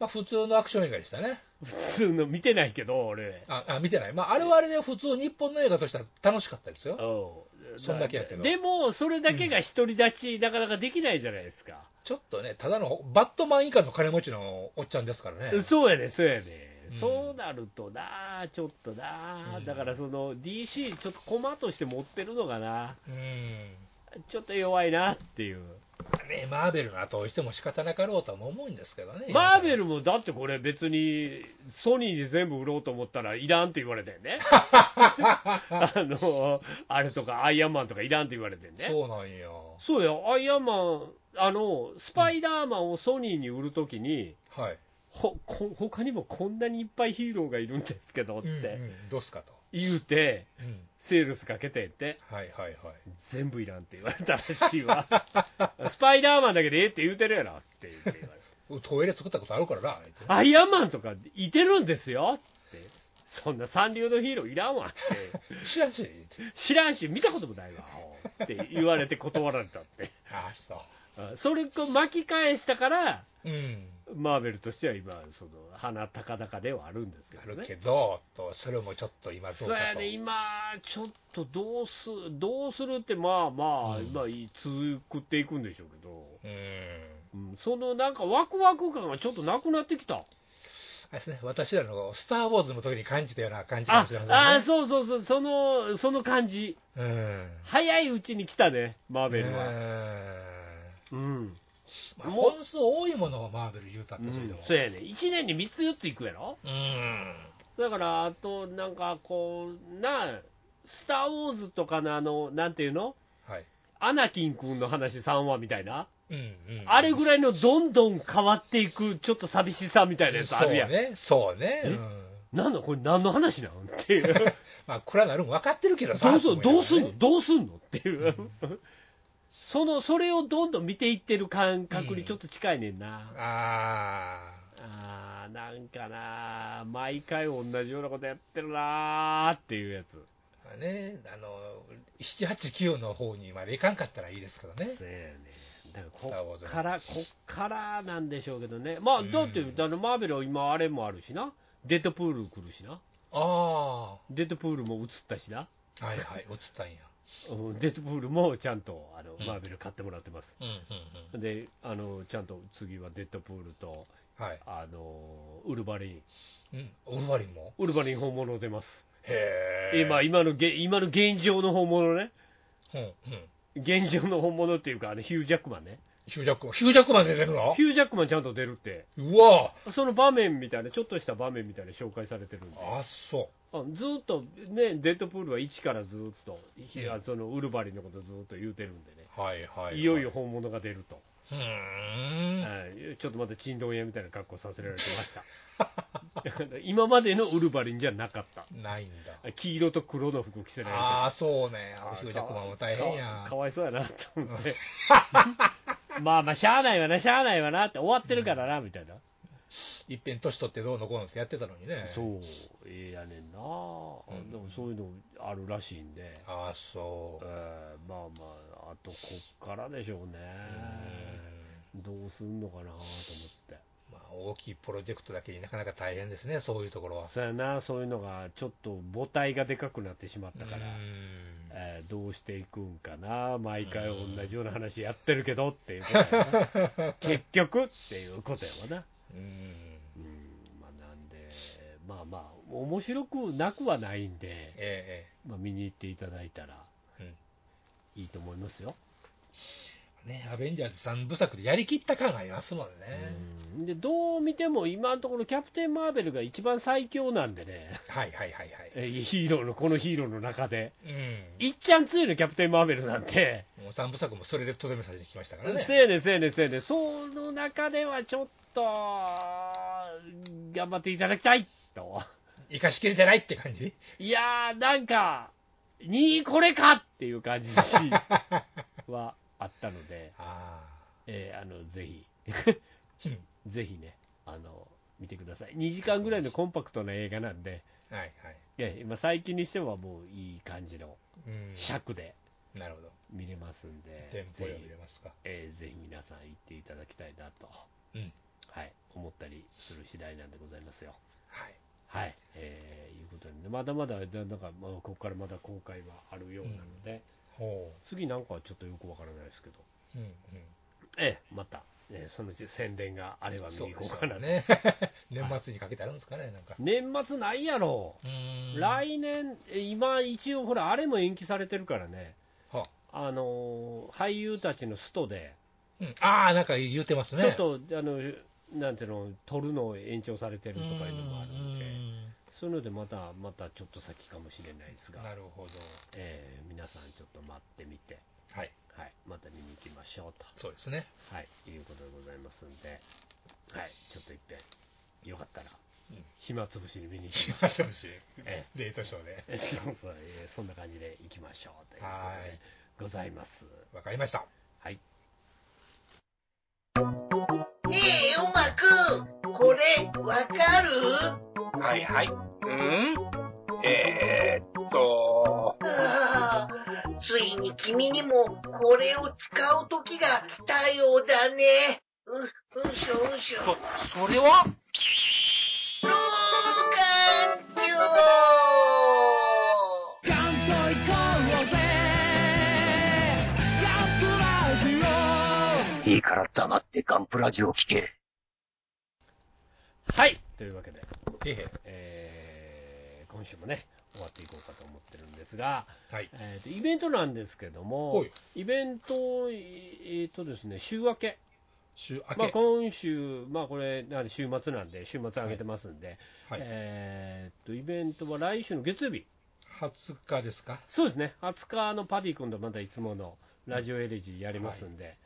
まあ、普通のアクション映画でしたね。
普通の見てないけど、俺。
あ、あ見てない。まあ、あれはあれで普通日本の映画としては楽しかったですよ。
うん
そんだけやけど
でも、それだけが独り立ち、なかなかできないじゃないですか。
ちょっとね、ただのバットマン以下の金持ちのおっちゃんですからね。
そうやね、そうやね。
うん
そうなるとな、ちょっとな、
うん
だからその DC、ちょっと駒として持ってるのかな、
うん。
ちょっと弱いなっていう、
ね、マーベルの後をしても仕方なかろうとは思うんですけどね。
マーベ
ル
ルもだってこれ、別にソニーに全部売ろうと思ったら、いらんって言われてん ね、あのあれとか、アイアンマンとかいらんって言われてんね。
そうなんや。
そうや、アイアンマン、あの、スパイダーマンをソニーに売るときに、
はい。
ほこ他にもこんなにいっぱいヒーローがいるんですけどっ
うん
て
うんどうすかと。
言うて、
うん
セールスかけてって、
はいはいはい。
全部いらんって言われたらしい わ。スパイダーマンだけでええって言うてるやろって言って言われて
トイレ作ったことあるからな。言うて
アイアンマンとかいてるんですよって。そんな三流のヒーローいらんわって。
知らんし。言うて
知らんし、見たこともないわ。って言われて断られたって。
ああ、そ
あそれを巻き返したから、
う。うん。
マーベルとしては今、その鼻高々ではあるんですけ
あ
ど
る
ね。
けど、と、それもちょっと今どう
そう
か
や
と
ね、。今、ちょっとどうすどうするって、まあまあ、
うん
まあ続くっていくんでしょうけど、
うん。
うん、そのなんか、ワクワク感がちょっとなくなってきた、
あれですね、私らの「スター・ウォーズ」の時に感じたような感じか
あ
もしれませんね。
あそうそうそう、そのその感じ、
うん。
早いうちに来たね、マーベ
う
ルは。
ん
うん、
まあ、本数多いものをマーベル言うたっ
う
てそれで
ん
も。
そうやね、1年に3つ、4ついくやろ、
うん。
だから、あと、なんかこう、なあ、スター・ウォーズとかの、あのなんていうの
はい。
アナキン君の話3話みたいな、
うんうん、
あれぐらいのどんどん変わっていく、ちょっと寂しさみたいなやつあるやん。
そうね。そうね。
え
うん
なんだ、これ、何の話なんっていう、
まあ、暗なるん分かってるけど
ど
さ。
うすん
と
どう
思
す
い
ん
な
の
がらね、
どうすんのっていう、そのそれをどんどん見ていってる感覚にちょっと近いねんな。
あ
あーなんかな、毎回同じようなことやってるなーっていうやつ、
あ。まあね、あの、7、8、9の方にまでいかんかったらいいですけどね。
そうやね。だから
スターウォ
こ
ーズ
っから、こっからなんでしょうけどね。まあ、だって、
うん
あのマーベルは今、あれもあるしな。デッドプール来るしな。
あ
デッドプールも映ったしな。
あ、はいはい、映ったんや。
うんデッドプールもちゃんとあの
うん
マーベル買ってもらってます。
うんうんうん。
で、あのちゃんと次はデッドプールと、
はい。
あのウルヴァリン、
うん、オルバリンも。
ウルヴァリン本物出ます。
へえ。
今、今のげ今の現状の本物ね。
うんうん。
現状の本物っていうか、あのヒュー・ジャックマンね。
ヒュージャックマン、ヒュージャックマン出てるの
ヒュー・ジャックマンちゃんと出るって、
うわ
その場面みたいな、ちょっとした場面みたいな紹介されてるんで、
あそ
あずーっとね、デッドプールは1からずーっと、ひ
うん
あそのウルヴァリンのことずーっと言うてるんでね、
う。はいはい、はい。
いよいよ。本物が出ると。
うーん。
はいちょっとまたちんどん屋みたいな格好させられてま した。今までのウルヴァリンじゃなかった。
ないんだ。
黄色と黒の服着せられて
ああ、そうね。
あー
ヒュージャックマンも大変や
かかわいそうやなと思 って。まあまあ、しゃあないわな、しゃあないわなって、終わってるからな、みたいな。
いっぺん年取ってどうのこうのってやってたのにね。
そう、ええやねんな、
ん
でもそういうのあるらしいんで、
ああ、そう
え。えまあまあ、あとこっからでしょうね、
うん
どうすんのかなと思って、
まあ、大きいプロジェクトだけになかなか大変ですね、そういうところは。
そうやな、そういうのがちょっと母体がでかくなってしまったから、
うん
えーどうしていくんかな、毎回同じような話やってるけどっていうことや な、結局っていうことやわな。
うん
うんまあ、なんで、まあまあ、面白くなくはないんで、
え
まあ、見に行っていただいたら
えええ
いいと思いますよ。
うんね、アベンジャーズ3部作でやりきった感がありますもんね。
うんでどう見ても今のところキャプテン・マーベルが一番最強なんでね、
はいはいはいはい。
えヒーローのこのヒーローの中で、
う
いっちゃん強いのキャプテン・マーベルなんて、
ん、もう3部作もそれでとどめさせてきましたからね。
せやねんせやねんせやねんその中ではちょっと頑張っていただきたいと。
生かしきれてないって感じ
いやー、なんか、にこれかっていう感じ はあったので、
あ
えーあのぜひ、
あ。うん
ぜひねあの、見てください。2時間ぐらいのコンパクトな映画なんで、
はいはい。
いや今最近にしてはもういい感じの
うん。
尺で
なるほど。
見れますんで、
テンポ
ぜ
よ見
ひ
れ、ますか。
えーぜひ皆さん行っていただきたいなと、
うん。
はい、思ったりする次第なんでございますよ。
はい。
はい、えーいうことで、まだまだ、だなんか、まあ、ここからまだ公開はあるようなので、
ほ
次なんかはちょっとよくわからないですけど、
う。うんうん。
ええ、また、ええそのうち宣伝があれば見
そう
に
で
行こ
す
うかな
よ
と
ね。 年末にかけてあるんですかね、なんか。
年末ないやろ、
うん
来年、え今、一応、ほら、あれも延期されてるからね、
は
あのー俳優たちのストで、
うん、ああ、なんか言ってますね。
ちょっと、あのなんていうの、撮るのを延長されてるとかいうのもあるんで、
うん
そういうので、また、またちょっと先かもしれないですが、
なるほど。
ええ皆さん、ちょっと待ってみて、
はい。
はい、また見に行きましょうと。
そうですね。
はい、いうことでございますんで、はい、ちょっと一遍、よかったら
うん、
暇つぶしに見に行き ましょう。
そう ですね
え
冷凍ショーで。
えそうそう、えーそんな感じで行きましょうということ
はい
でございます。
わかりました。
はい。
ねえ、うまくん、これ、わかる
はいはい。うんえー、っと、
ああ、ついに君にも、これを使う時が来たようだね。う、うんしょうんしょ。
そ、それは
老眼鏡
いいから黙ってガンプラジを聞け。
はいというわけで、
え
えー今週もね、終わっていこうかと思ってるんですが、
え。はい。
えーとイベントなんですけども
はい、
イベント、えーとですね、週明け、
週明け。
まあ、今週、まあ、これ、やはり週末なんで、週末上げてますんで、
はい。
えーっと、イベントは来週の月曜日、
20日ですか
そうですね、20日のパディ君とまたいつものラジオエレジーやりますんで、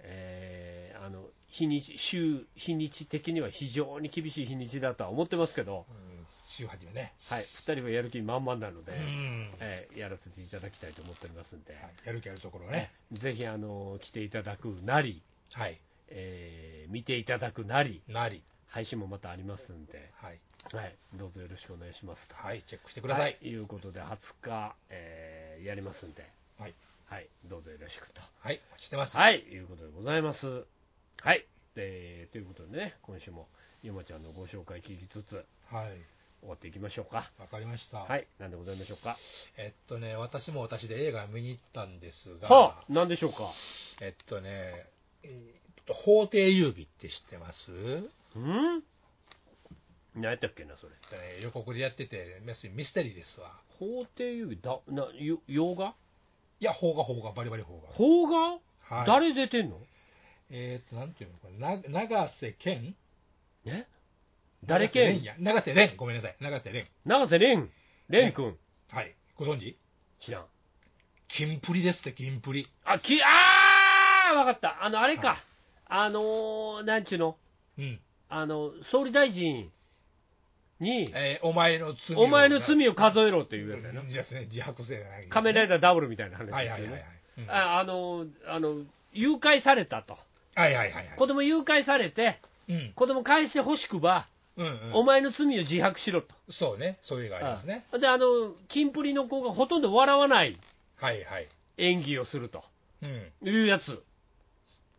えーあの日にち、週、日にち的には非常に厳しい日にちだとは思ってますけど、
うん週初めね。
はい、2人はやる気満々なので、
うん
えーやらせていただきたいと思っておりますんで、
はいやる気あるところをね。
ぜひあの来ていただくなり、
はい。
えー見ていただくなり、
なり。
配信もまたありますんで、
はい。
はい、どうぞよろしくお願いしますと。
はい、チェックしてください。
ということで、20日、えーやりますんで、
はい。
はい、どうぞよろしくと。
はい、お待ちしてます。
はい、いうことでございます。はい、えーということでね、今週もゆまちゃんのご紹介聞きつつ、
はい。
終わっていきましょうか。
わかりました。
はい、なんでございましょうか。
えっとね、私も私で映画見に行ったんですが、
はあ、なんでしょうか。
えっとね、えっと法廷遊戯って知ってます、
うん何やったっけな、それ。
えっとね予告でやってて、要するにミステリーですわ。
法廷遊戯、だなよ洋画
いや、邦画、邦画、バリバリ邦
邦画、
画。はい、
誰出てんの
えっと、なんていうのこれ、な長瀬健
え誰兼
や長瀬廉、ごめんなさい、長瀬廉。
永瀬廉廉君
はい、ご存知
知らん。
金プリですって、金プリ。
あ、き、あーわかった。あの、あれか。
はい
あのー、なんちゅうの
うん。
あの、総理大臣に、
えーお前の罪を
お前の罪を数えろっていうやつやな。
ですね、自白性じゃないけどね
仮面ライダーダブルみたいな話
はい
で
は
す
い
よ
はいはい
ね。。
うんはい
ああの、あの、誘拐されたと。
はいはいはい。
子供誘拐されて、
うん
子供返してほしくば、
うんう
お前の罪を自白しろと。
ん。そうね、そういうのがありますね。
あで、あの、キンプリの子がほとんど笑わない
はいはい。
演技をすると
うん。い
いうやつ。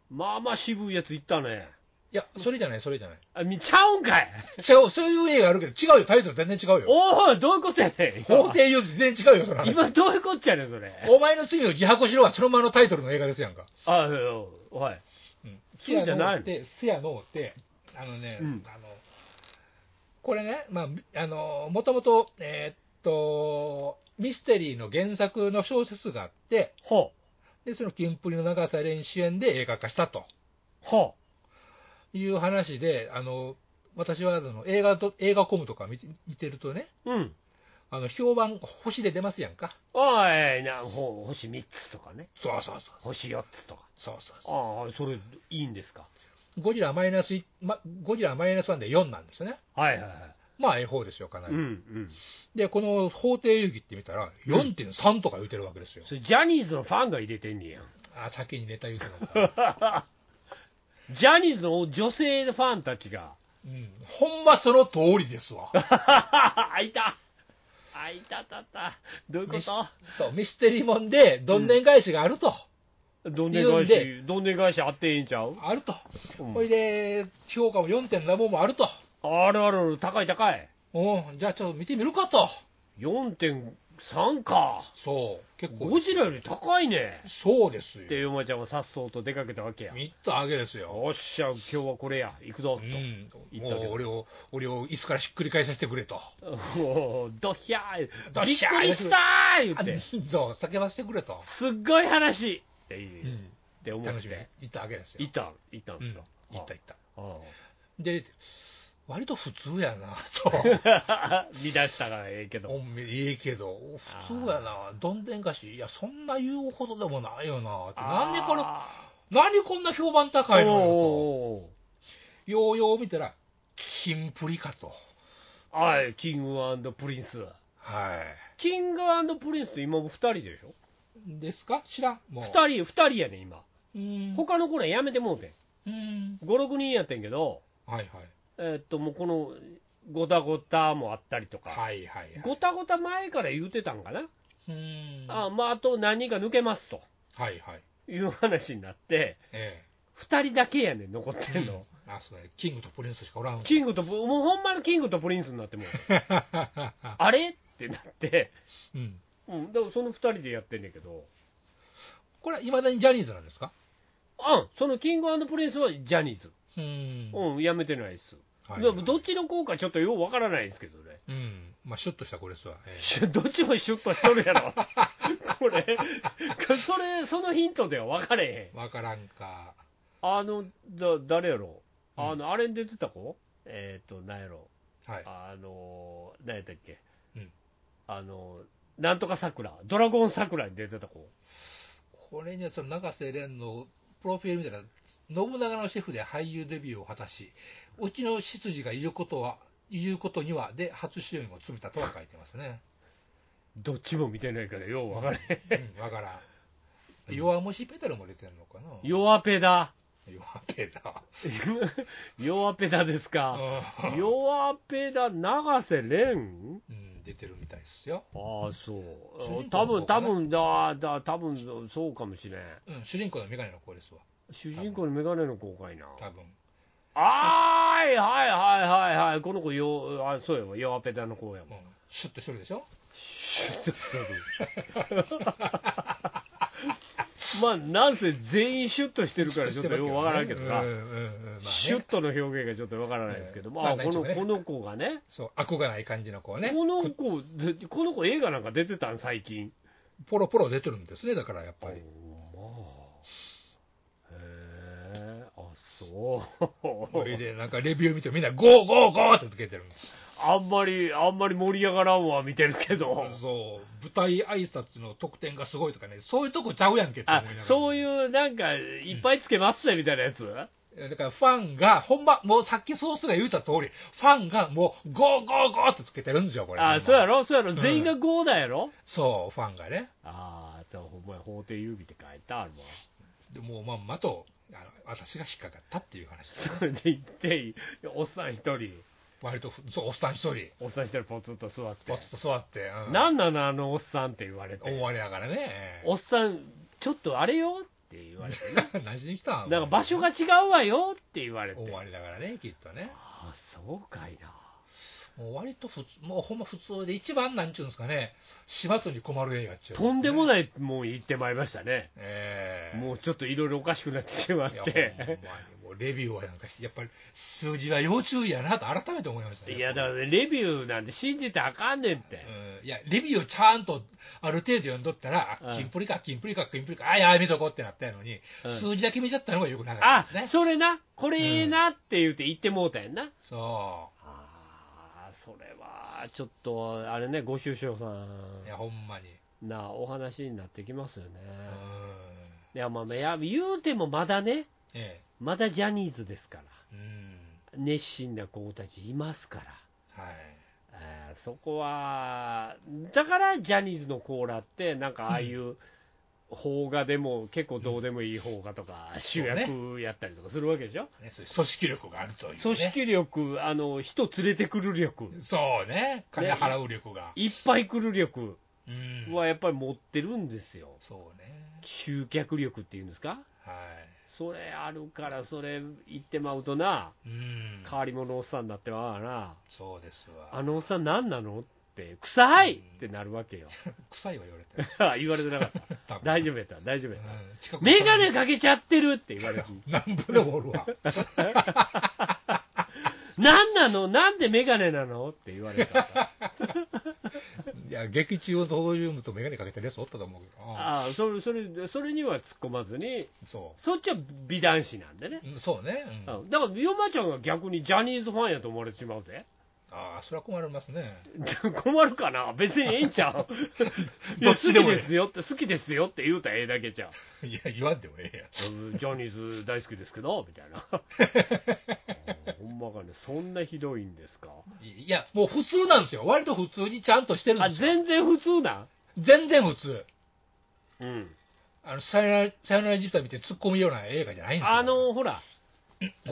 まあまあ渋いやついったね。
や、それじゃない、それじゃない。
あ、みちゃうんかい
違う、そういう映画あるけど、違うよ、タイトル全然違うよ。
おおどういうことや ねん今
法廷より全然違うよ、その話。
今どういうこっちゃねんそれ
お前の罪を自白しろは、そのままのタイトルの映画ですやんか。
あいやいやはい
うん。
そうじゃないの
で、せやのって、あのね、
うん
あの、これね、まあ、あの、もともと、えーっと、ミステリーの原作の小説があって、
ほう
で、そのキンプリの長さ連主演で映画化したと。
ほ
いう話で、あの私はあの映画と映画コムとか見て見てるとね、
ううん
あの評判、星で出ますやんか。
おいなほう星3つとかね
そうそうそう。
星4つとか
そうそう
ああそれいいんですか
ゴジラマイナスい、ま、ゴジラマイナス1で4なんですね。
はいはいは
まあ、ええ方ですよ、かないり。
うんうん
で、この法廷遊戯って見たら、4.3とか言うてるわけですよ。
それジャニーズのファンが入れてんねや
あ、先にネタ言うてるのか。
ジャニーズの女性のファンたち が
うん。ほんまその通りですわ。
あいたあいたたたどういうこ
ミス
と
そう、ミステリーもんで、どんでん返しがあると。
どんでん返しどんでん返しあっていいんちゃう
あると。
うん
ほいで、評価も4.7もあると。
あるあるある高い高い
うん、じゃあちょっと見てみるかと。
4.3か
そう、結構
ゴ。ジラより高いね
そうです
って
よ。
ヨマちゃんはさっそうと出かけたわけや
見たわけですよ。
おっしゃ今日はこれや行く
う
ぞ
ん、
言
も
ったけど
う俺を、俺を椅子からひっくり返させてくれと。
とおードヒャー
ド
びっ
ヒャー
くりしたー言
あ
って
そう、叫ばせてくれと。
すっごい話っていううっ
ん、
て思っ
楽しみに
て
行ったわけですよ。
行った行ったん
う
で
ん
す
行
か
った行った。
あ
で、割と普通やなと。
あ 見出したからええ け
お
ど
めええけど、普通やな、どんでん返し、いや、そんな言うほどでもないよなって、なんでこの、
あ
なんでこんな評判
ー
高いのよ
おーおーお
と、ようよう見たら、キンプリかと。
ーはいキングプリンス
はい。
キングプリンスって今も2人でしょ
ですか知らん。もう。
2人二人やね今
うん。
他の頃はやめてもうて
うん。
ん56人やってんけど
はいはい。
えーっともうこのごたごたもあったりとか、
はいはいはい。
ごたごた前から言うてたんかな、
うん。
あ
は
まあ、あと何人か抜けますと
いはい。
いう話になって、
え
2人だけやねん、残って
え。
んの、
あ、そうだね。キングとプリンスしかおらん。
キングとプもうほんまのキングとプリンスになってもう、
う
あれってなって、
ん。
うん、でもその2人でやってんねんけど、
これはいまだにジャニーズなんですか
あんそのキングプリンスはジャニーズ、
うんは
うん、やめてないっす、
い
でもどっちの効果、ちょっとようわからないですけどね。
うん。まあ、シュッとした子ですわ。ええ
シュどっちもシュッとしとるや ろこれそれそのヒントでは分かれへん
わからんか。
あの、だ誰やろ
うん
あの、あれに出てた子えっ、ー、と、なんやろ
はい。
あの、なんやったっけ、
うん
あの、なんとか桜ドラゴン桜に出てた子。
これにはその永瀬廉のプロフィール見たら、信長のシェフで俳優デビューを果たし、うちの執事がいることは、言うことには、で、初主演を詰めたとは書いてますね。
どっちも見てないからよう分からへん。
うん、わからん。弱虫ペダルも出てるのかな。
弱ペダ。
弱ペダ。
弱ペダですか。
うん
弱ペダ、永瀬廉
うん、出てるみたいですよ。
ああ、そう。
主人公
多
の
分
子かな
多分だ、だ、多分そうかもしれん。
うん、主人公のメガネの子ですわ、
主人公のメガネの公開な。
多分。
あーい、はいはいはいはい。この子、よあそうやわ、弱ペダの子や
う
も
ん
ん。、
シュッとしてるでしょ
シュッとしてる。まあ、なんせ全員シュッとしてるから、ちょっとよくわからんけどな。
うんうんうんまあね
シュッとの表現がちょっとわからないですけど、
ええ
ま
ま
あ
あ
この
内緒ね
この子がね、
そう、アコがない感じの子はね、
この子、でこの子、映画なんか出てたん、最近。
ポロポロ出てるんですね、だからやっぱり。
ほんまへえ、あそう
それで、なんかレビュー見てみんな、ゴーゴーゴーってつけてるんです。
あんまり、あんまり盛り上がらんわ、見てるけど、
そう、舞台挨拶の得点がすごいとかね、そういうとこちゃうやんけって思
あ
いながら。
そういうなんか、いっぱいつけますねみたいなやつ、
だからファンが、ほんま、もうさっきソースが言うた通り、ファンがもう、ゴーゴーゴーってつけてるんですよ、これ。
あそうや
ろ
ろ、そうやろ、
ん
全員が5だやろ、
そう、ファンがね。
ああ、そう、ほんまや、法廷優美って書いてあるわ。
でもうまんまとあの、私が引っかかったっていう話。
それで行っていい、おっさん一人、
割と、そう、おっさん一人、
おっさん一人、ポツンと座って。
ポツと座って、うん、
なんなのあのおっさんって言われ
思
て、
われながらね。
おっさん、ちょっとあれよって言われて、
何しに来
な
た
んか場所が違うわよって言われて、
思われながらね、きっとね。
ああ、そうかいな。
もう割と普通、もうほんま普通で、一番なんちゅうんですかね、始末に困る映画っちゅう、
とんでも
い。
ないもん行ってまいりましたね。
ええ
もうちょっといろいろおかしくなってしまっ
いや、ほんまに
て。
もうレビューはなんかして、やっぱり数字は要注意やなと改めて思いましたね。
いや、だからねレビューなんて信じてあかんねんって。
うんいや、レビューをちゃんとある程度読んどったら、
うん
あキンプリか、キンプリか、キンプリか、あ、やめとこうってなったのに、
うん
数字だけ見ちゃったのがよくなか
あ
った、ですね。
それな、これええなって言って言ってもうたやんな。
そ
ああ、それは、ちょっと、あれね、ご愁傷さ
う。いや、
ん
ほんまに。
なお話になってきますよね。
うん。
いや、まあ、いや言うてもまだね、
ええ。
まだジャニーズですから、
うん。
熱心な子たちいますから、
はい。
えーそこは、だからジャニーズのコーラって、なんかああいう、邦画でも結構どうでもいい邦画とか、主役やったりとかするわけでしょ、
ね、そういう組織力があるという、ね。
組織力、あの人連れてくる力、
そうね。金払う力が。
いっぱい来る力
うん。
はやっぱり持ってるんですよ、
そうね。
集客力っていうんですか、
は
それあるから、それ言ってまうとな。
い。うん。
変わり者おっさんになってまうわな、
そうですわ。
あのおっさん、なんなのって、臭いってなるわ けよ、
臭いは言われ てる。
言われてなかった、
多分
大丈夫やった、大丈夫
う
やった、
ん。近く
メガネかけちゃってるって言われる、
なんぼでもおるわ。
なんなの、なんでメガネなのって言われた、
いや、劇中を登場人物とメガネかけてるやつおったと思うけど。うん
ああそれそれそれには突っ込まずに、
そ
そっちは美男子なんでね
う。、うんそうね。うん
うんだから、ヨマちゃんが逆にジャニーズファンやと思われてしまうで、
ああ、それは困りますね。
困るかな、別にええんちゃういや
ど
好
っち
き
でもええ
ですよって、好きですよって言うたらええだけじゃん。
いや、言わんでもええやん。
うんジャニーズ大好きですけど、みた いな。ほんまかね、そんなひどいんですか。
いや、もう普通なんですよ。割と普通にちゃんとしてるん
あ、
ですよ。
全然普通なん
全然普通。
うん。
あの、さよなら、さよならジプタ見て突っ込むような映画じゃないんですよ。
あの、ほら、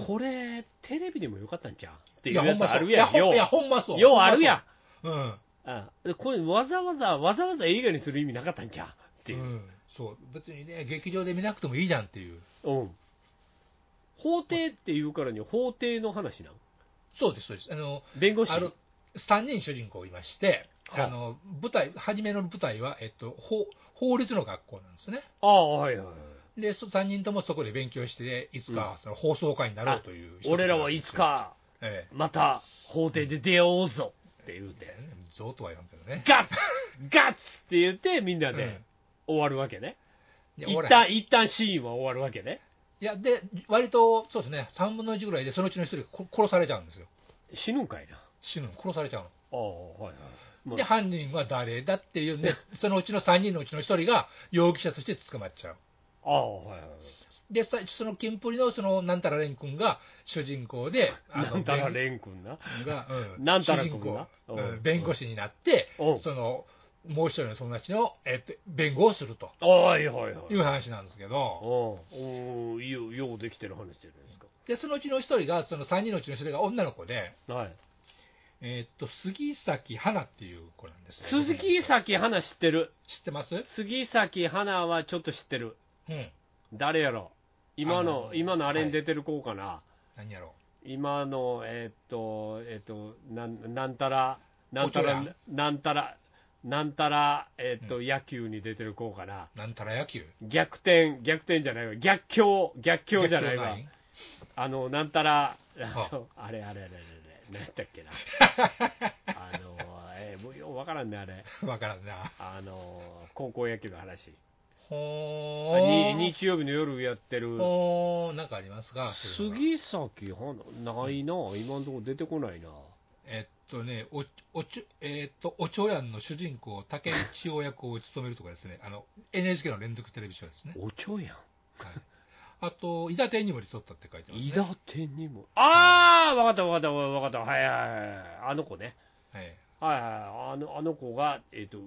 これ、テレビでもよかったんじゃんって
い
いう
や、ほ
や
ん
つ
ま
あ
そう。
る
い
や
や、
ん、
ほ
よ。
んいやほんまそうう。
ようあるや
ほんまそう。うん。
ん。あこれ、わざわざ、わざわざ映画にする意味なかったんじゃんっていうう。
ん、そう別にね劇場で見なくてもいいじゃんっていう
うん。法廷っていうからに法廷の話なん
そうですそうですあの
弁護士
ある3人主人公いまして、
はい
あの舞台初めの舞台は、えっと、法法律の学校なんですね
ああ、はいはいはい。
でそ3人ともそこで勉強していつかその放送家になろうという、
俺らはいつ、か、
え
また法廷で出会おうぞって言う
え
て。
ゾウとは言わんけどね
ガッツガッツって言ってみんな
う
で
ん
終わるわけね、
いや
一
俺
旦一旦シーンは終わるわけね
いやで割とそうですね3分の1ぐらいでそのうちの1人がこ殺されちゃうんですよ
死ぬんかいなあ
死ぬの殺されちゃうの
あはいはいもう
で犯人は誰だっていう んでそのうちの3人のうちの1人が容疑者として捕まっちゃう
ああはいはい
でさそのキンプリのそのなんたら蓮君が主人 公であの
なんたら蓮くんな
弁が、うん
なんたら君
主人公
がうん
うん弁護士になって
うん
そのもう一人の友達の、えっと、弁護をすると
はいはいはい
いう話なんですけど、
おおいいよようできてる話じゃないですか
で、そのうちの一人が、その3人のうちの一人が女の子で、
はい、
えっと、杉咲花っていう子なんですよ
鈴木咲花知ってる
知ってます
杉咲花はちょっと知ってる
うん。
誰やろ今の
あの
今のあれに出てる子かな、
何やろ
今のえーっとえーっとなんなんたらなんた
おちょ
らなんたらなんたらえーっと、野球に出てる子かな
う。なんたら野球
逆転逆転じゃないわ逆境逆境じゃないわ
逆境
あのなんたらあ
あ
のあれあれあれあれあれ何だっけなあのえーもうようわからんねあれ
ないわからんな。
あの高校野球の話
ほ
あに
ー。
日曜日の夜やってる
ほー。なんかありますかそういうのが
杉咲花ないな今のところ出てこないな
えっとね、お、おちょ、えっと、おちょやんの主人公、竹内親役を務めるとかですね、あの、NHK の連続テレビショーですね。
おちょやん
はい、あと、伊達にも取ったって書いてます、ね。
伊達にも。ああ、わかったわかったわかった。はいはいはいはい。あの子ね。
はい。
はいはいはい。あのあの子が、えっ、と、う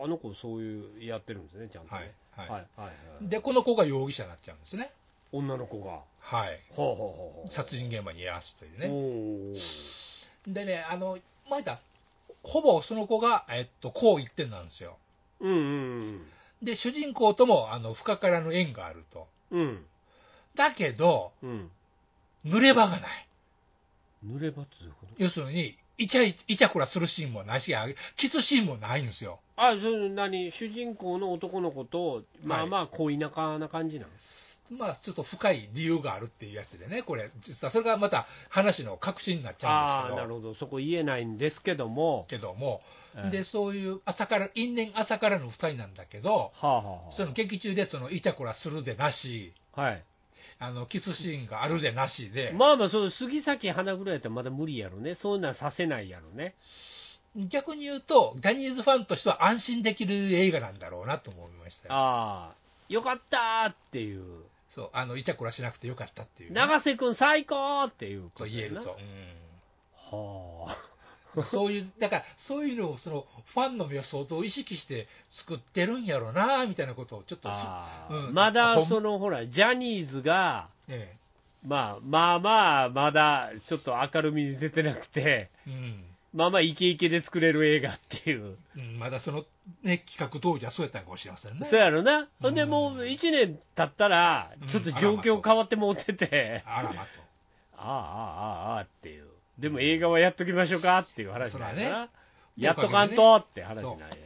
わあの子そういうやってるんですね、ちゃんと
はい
ね。。
はい。
はいはいはい。
で、この子が容疑者になっちゃうんですね。
女の子が。
はい。
ほうほうほうほう。
殺人現場に居合わすという
お
ね。
ー
でね、あの、まあ、た、ほぼその子が、えっと、こう一点なんですよ。
うんうん
で、主人公とも、あの、深からぬ縁があると。
うん。うん
だけど、
うん。
濡れ場がない。
濡れ場ってどういうこと
要するに、イチャイイチャコラするシーンもないし、あキスシーンもないんですよ。
あ、それ何主人公の男の子と、まあ
はい
まあ、恋仲な感じなの、
まあ、ちょっと深い理由があるっていうやつでね、これ、実はそれがまた話の核心になっち
あ
ゃうんですけ
あ、
ど。
なるほど。そこ言えないんですけども。
けども、
ええ
でそういう朝から因縁朝からの2人なんだけど、
はあ、はあはあ、
その劇中でそのイチャコラするでなし、
はい。
あのキスシーンがあるでなしで、
まあまあ、そう杉咲花ぐらいやったらまだ無理やろね、そういうのはさせないやろね。
逆に言うと、ジャニーズファンとしては安心できる映画なんだろうなと思いましたよ
ああ、よかったーっていう、
そうあのイチャコラしなくてよかったっていうね、
永瀬君最高っていう
と
こと
言え
や
る
な
と、
はあ、
うんそういう、だからそういうのをそのファンの目を相当意識して作ってるんやろうなみたいなことをちょっと、
あー
うん
まだ
ほん
そのほら、ジャニーズが、
え
まあまあまあ、まだちょっと明るみに出てなくて、
えうん
まあまあ、イケイケで作れる映画っていう、
うん、まだその、ね、企画通りはそうやったのかもしれませんね。
そうやろな、ほんで
うん
もう1年経ったら、ちょっと状況変わってもうてて。
あらまと。
ああああああっていう、でも映画はやっときましょうかっていう話
そ
な
ら
ん
ね
やな、やっとかんとって話なんやろうと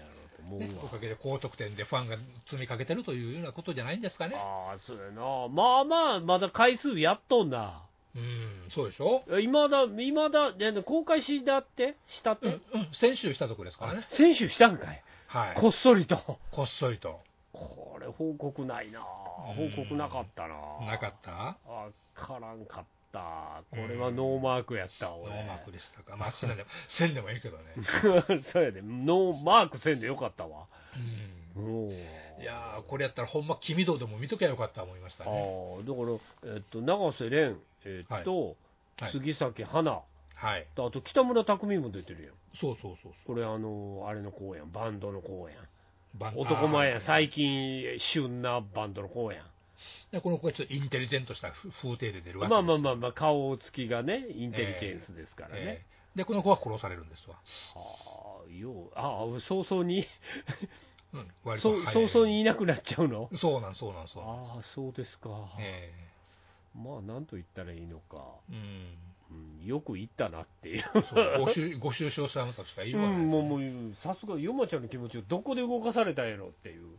思う
ねお
わ
か。げで高得点でファンが積みかけてるというようなことじゃないんですかね。
ああ、そうやな、まあまあ、まだ回数やっとんな、
うん、そうでしょ、
いまだ、いまだ、で公開しだって、したっ
う
て
ん、、うん、先週したとこですからね。
選手したんかい、
はい。
こっそりと、
こっそりと。
これ、報告ないな、報告なかったな、
なかった
た、わからんかった、これはノーマークやった、
ノ
俺、
ーマークでしたか。まあ、せんでも、せんでもいいけどね。
そうやで、ノーマークせんでよかったわ。
う
おー
ん。いやー、これやったらほんま君どうでも見ときゃよかったと思いました
あ
ね。
あだから、えっと、永瀬廉、えっと
はい
杉咲花
はい。
とあと北村匠海も出てるやん
そうそうそうそ
これあのあれの公演バンドの公演
う。バン
男前や
あー
最近旬なバンドの公演
でこの子がちょっとインテリジェントした風風体で出るわけ
まあ
です
まあまあまあ顔つきがねインテリジェンスですからね、
ええで、この子は殺されるんですわ。
はあようああ早々に
うん、割
そ
と
う
早
早
い
々にいなくなっちゃうの
そうなん、そうなん、そうなん。
ああそうですか、
え
まあなんと言ったらいいのか、
えうん。
うん、よく言ったなっていう
そう ご収ご収賞したのとしか言
う
わないです
ん、
ね、
もうもうさすがヨマちゃんの気持ちをどこで動かされたんやろっていう
うんいや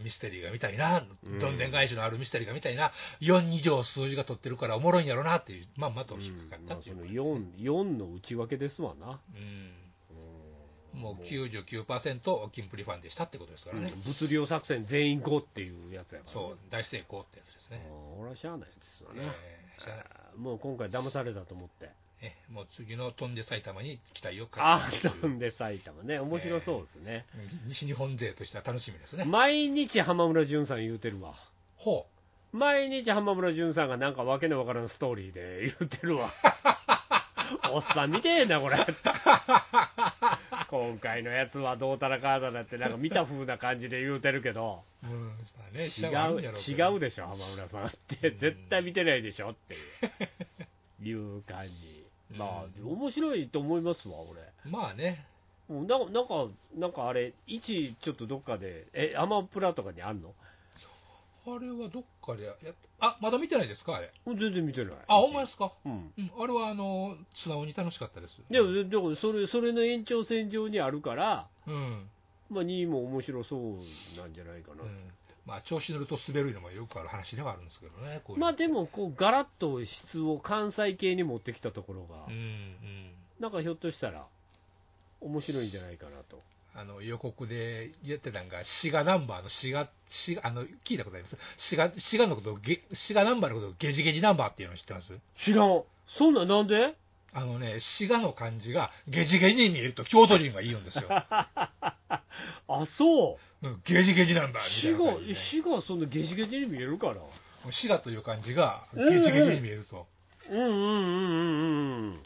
ミステリーが見たいな、
うん
どんでん返しのあるミステリーが見たいな、4、2条数字が取ってるからおもろいんやろなっていう、まんまと引っかかった
まあ
ってい、
そうの 4, 4の内訳ですわな、
うんもう99%、キンプリファンでしたってことですからね、
うん物量作戦全員5っていうやつやからね、
そう、大成功ってやつです
うん
ね。
俺はしゃあないですわ
え
ね、
ーしゃあない
あーもう今回騙されたと思って
えもう次の飛んで埼玉に期待をか
あ
け
あ
ると
飛
いうん
で埼玉ね面白そうですね、
うん 西日本勢としては楽しみです ね。
毎日浜村淳さん言うてるわ
ほう
毎日浜村淳さんがなんかわけのわからんストーリー で言ってるわおっさん見てえなこれ今回のやつはどうたらかーだなって、なんか見た風な感じで言うてるけど、
うん、まあね、
違
シャワーある
うん
やろうけ
違
ど
うでしょ、浜村さんって、
うん
絶対見てないでしょって いういう感じ、
うん
まあ、面白いと思いますわ、俺。
まあね、
もうなんか、なんか、なんかあれ、位置、ちょっとどっかで、え、アマプラとかにあんの
あれはどっかでやっあまだ見てないですか、あれ。
全然見てない。
あ、ほんまですすか。
うん。
うん、あれはあの素直に楽しかったです。
でも、でもそれ、それの延長線上にあるから、
うん、うん
まあ、2位も面白そうなんじゃないかな。
まあ、調子乗ると滑るのもよくある話ではあるんですけどね、こういうの
まあでも、こう、ガラッと質を関西系に持ってきたところが、
うんうん、
なんかひょっとしたら、面白いんじゃないかなと。
あの予告でやってたんが、滋賀ナンバーの滋賀、滋賀あの聞いたことあります滋賀滋賀のことをゲ、滋賀ナンバーのことをゲジゲジナンバーっていうの知ってます
知らん。そんなん、なんで
あのね、滋賀の漢字がゲジゲジにいると京都人が言うん ですよ。
あ、そう。
うんゲジゲジナンバー
死
みたいな
が
感じ、で。
死がそんなゲジゲジに見えるから。
滋賀という漢字がゲジゲジに見えると。
うんうんうんうん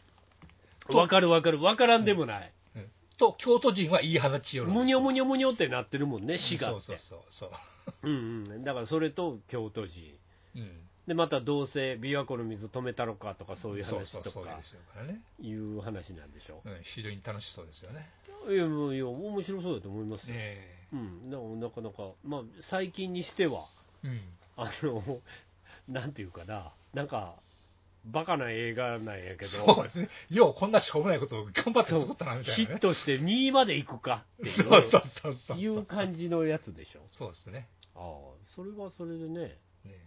うん。わかるわかる。わからんでもない。
うんと、京都人は言い放ちよるんですよ。
むにょむにょむにょってなってるもんね、死が
そ
っ
うそ
て
う。そうそう。
うんうん。だからそれと京都人。
うん
で、またどうせ琵琶湖の水止めたろかとかそういう
そう
話
そう
と
そう
か
ですよからね、
いう話なんでしょ。
うん、非常に楽しそうですよね。
いや、もういや、面白そうだと思いますよ。
え
うん。ななかなか、まあ、最近にしては、
えうん、
あの、 なんていうかな、なんか、バカな映画なんやけど。
そうですね、ようこんなしょうもないことを頑張って
そう
作ったなみたい
ヒ
な
ッ
ね、
トして2位まで行くかっていう
そうそうそうそう、
いう感じのやつでしょ。
そうですね
ああ、それはそれでね、
ねえ、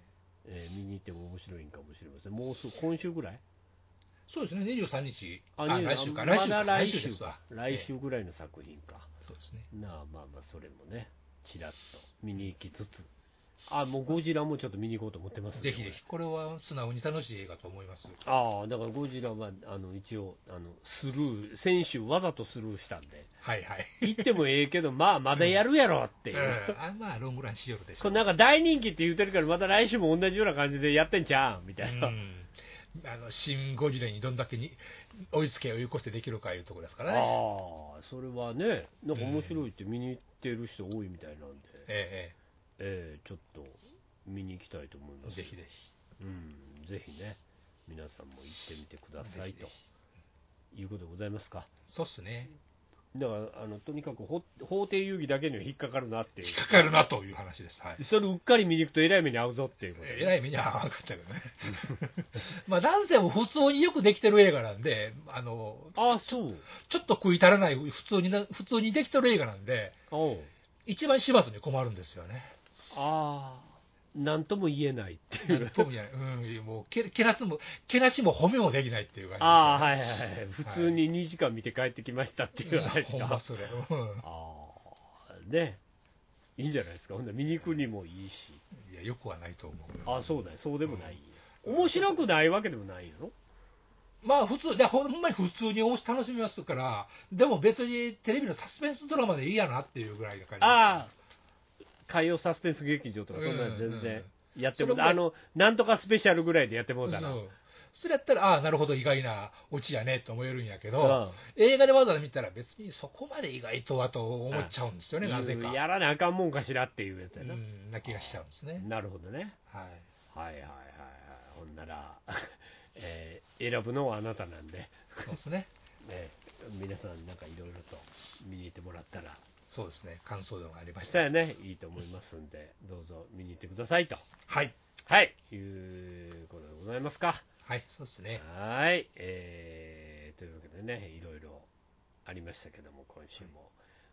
えー見に行っても面白いんかもしれません。もうすぐ今週ぐらい
そうですね、23日、あ
あ
来週か、
あ
来週
まだ
か、
来
来
週
週
か
ですわ、
来
え
週ぐらいの作品か。
えそうですね、
なあ、まあまあ、それもね、ちらっと見に行きつつ。あ、もうゴジラもちょっと見に行こうと思ってます、
ぜひぜひ、。これは素直に楽しい映画と思います、
ああ、だからゴジラは、あの、一応、あの、スルー、先週わざとスルーしたんで、
はいはい、
行ってもええけ ど、まあ、まだやるやろっていう。
うんあまあ、ロングランしよるでし
こ
ょう
れなんか大人気って言うてるから、また来週も同じような感じでやってんちゃうんみたいな、
うんあの新ゴジラにどんだけに追いつけ追い越してできるかいうところですか
あ
ら
あ
ね、
ー、それはね、なんか面白いって見に行ってる人多いみたいなんで、え
え
えちょっと見に行きたいと思い
ええ
ま
え
す。
ぜひぜひ。
うん、ぜひね、皆さんも行ってみてください
ぜひぜ
ということでございますか。
そうっすね。
だから、あのとにかく法法廷遊戯だけには引っかかるなってい、。
引っかかるなという話です。はいう
それうっかり見に行くとえらい目に遭うぞっていうことで
えらい目には合わなかったけどね。 まあ、男性も普通によくできてる映画なんで、あの、
ああ、そう。
ちょっと食い足らない、普通にな、普通にできてる映画なんで、
おう
一番始末に困るんですよ ね。
ああ、なんとも言えないっていう。
特に、うん、もうけ、けなすも、けなしも褒めもできないっていう感じですよね、
ああ、はいはいはい。普通に2時間見て帰ってきましたっていう
うん
話
ほん
が。
ま
あ
それ。うん
あ、ね。いいんじゃないですか。ほんなら見に行くにもいいし。
いや、よくはないと思う。
あそうだよ。そうでもない。面白くないわけでもないよ。
まあ、普通、でほんまに普通に楽しみますから、でも別にテレビのサスペンスドラマでいいやなっていうぐらいの感じです。
ああ、海洋サスペンス劇場とか、そんなの全
うんうんう
然
ん
やっても
それ
う
も
あの、なんとかスペシャルぐらいでやってもうたら。
そうそれやったら、ああ、なるほど、意外なオチやねと思えるんやけ
うん
ど、映画でわざわざ見たら、別にそこまで意外とはと思っちゃうんですよね、なぜか。
やらなあかんもんかしらっていうやつやな。
うん、な気がしちゃうんですね。
なるほどね。
はい、
はいはいはいはい。ほんなら、 えー選ぶのはあなたなんで。
そうですね。
ね、皆さん、なんかいろいろと見に行ってもらったら、
そうですね。感想でもありまし
した
た。
らね、いいと思いますんで、どうぞ見に行ってくださいと、
はい。
はい、いうことでございますか。
はい、そうですね。
はい、えーというわけでね、いろいろありましたけども、今週も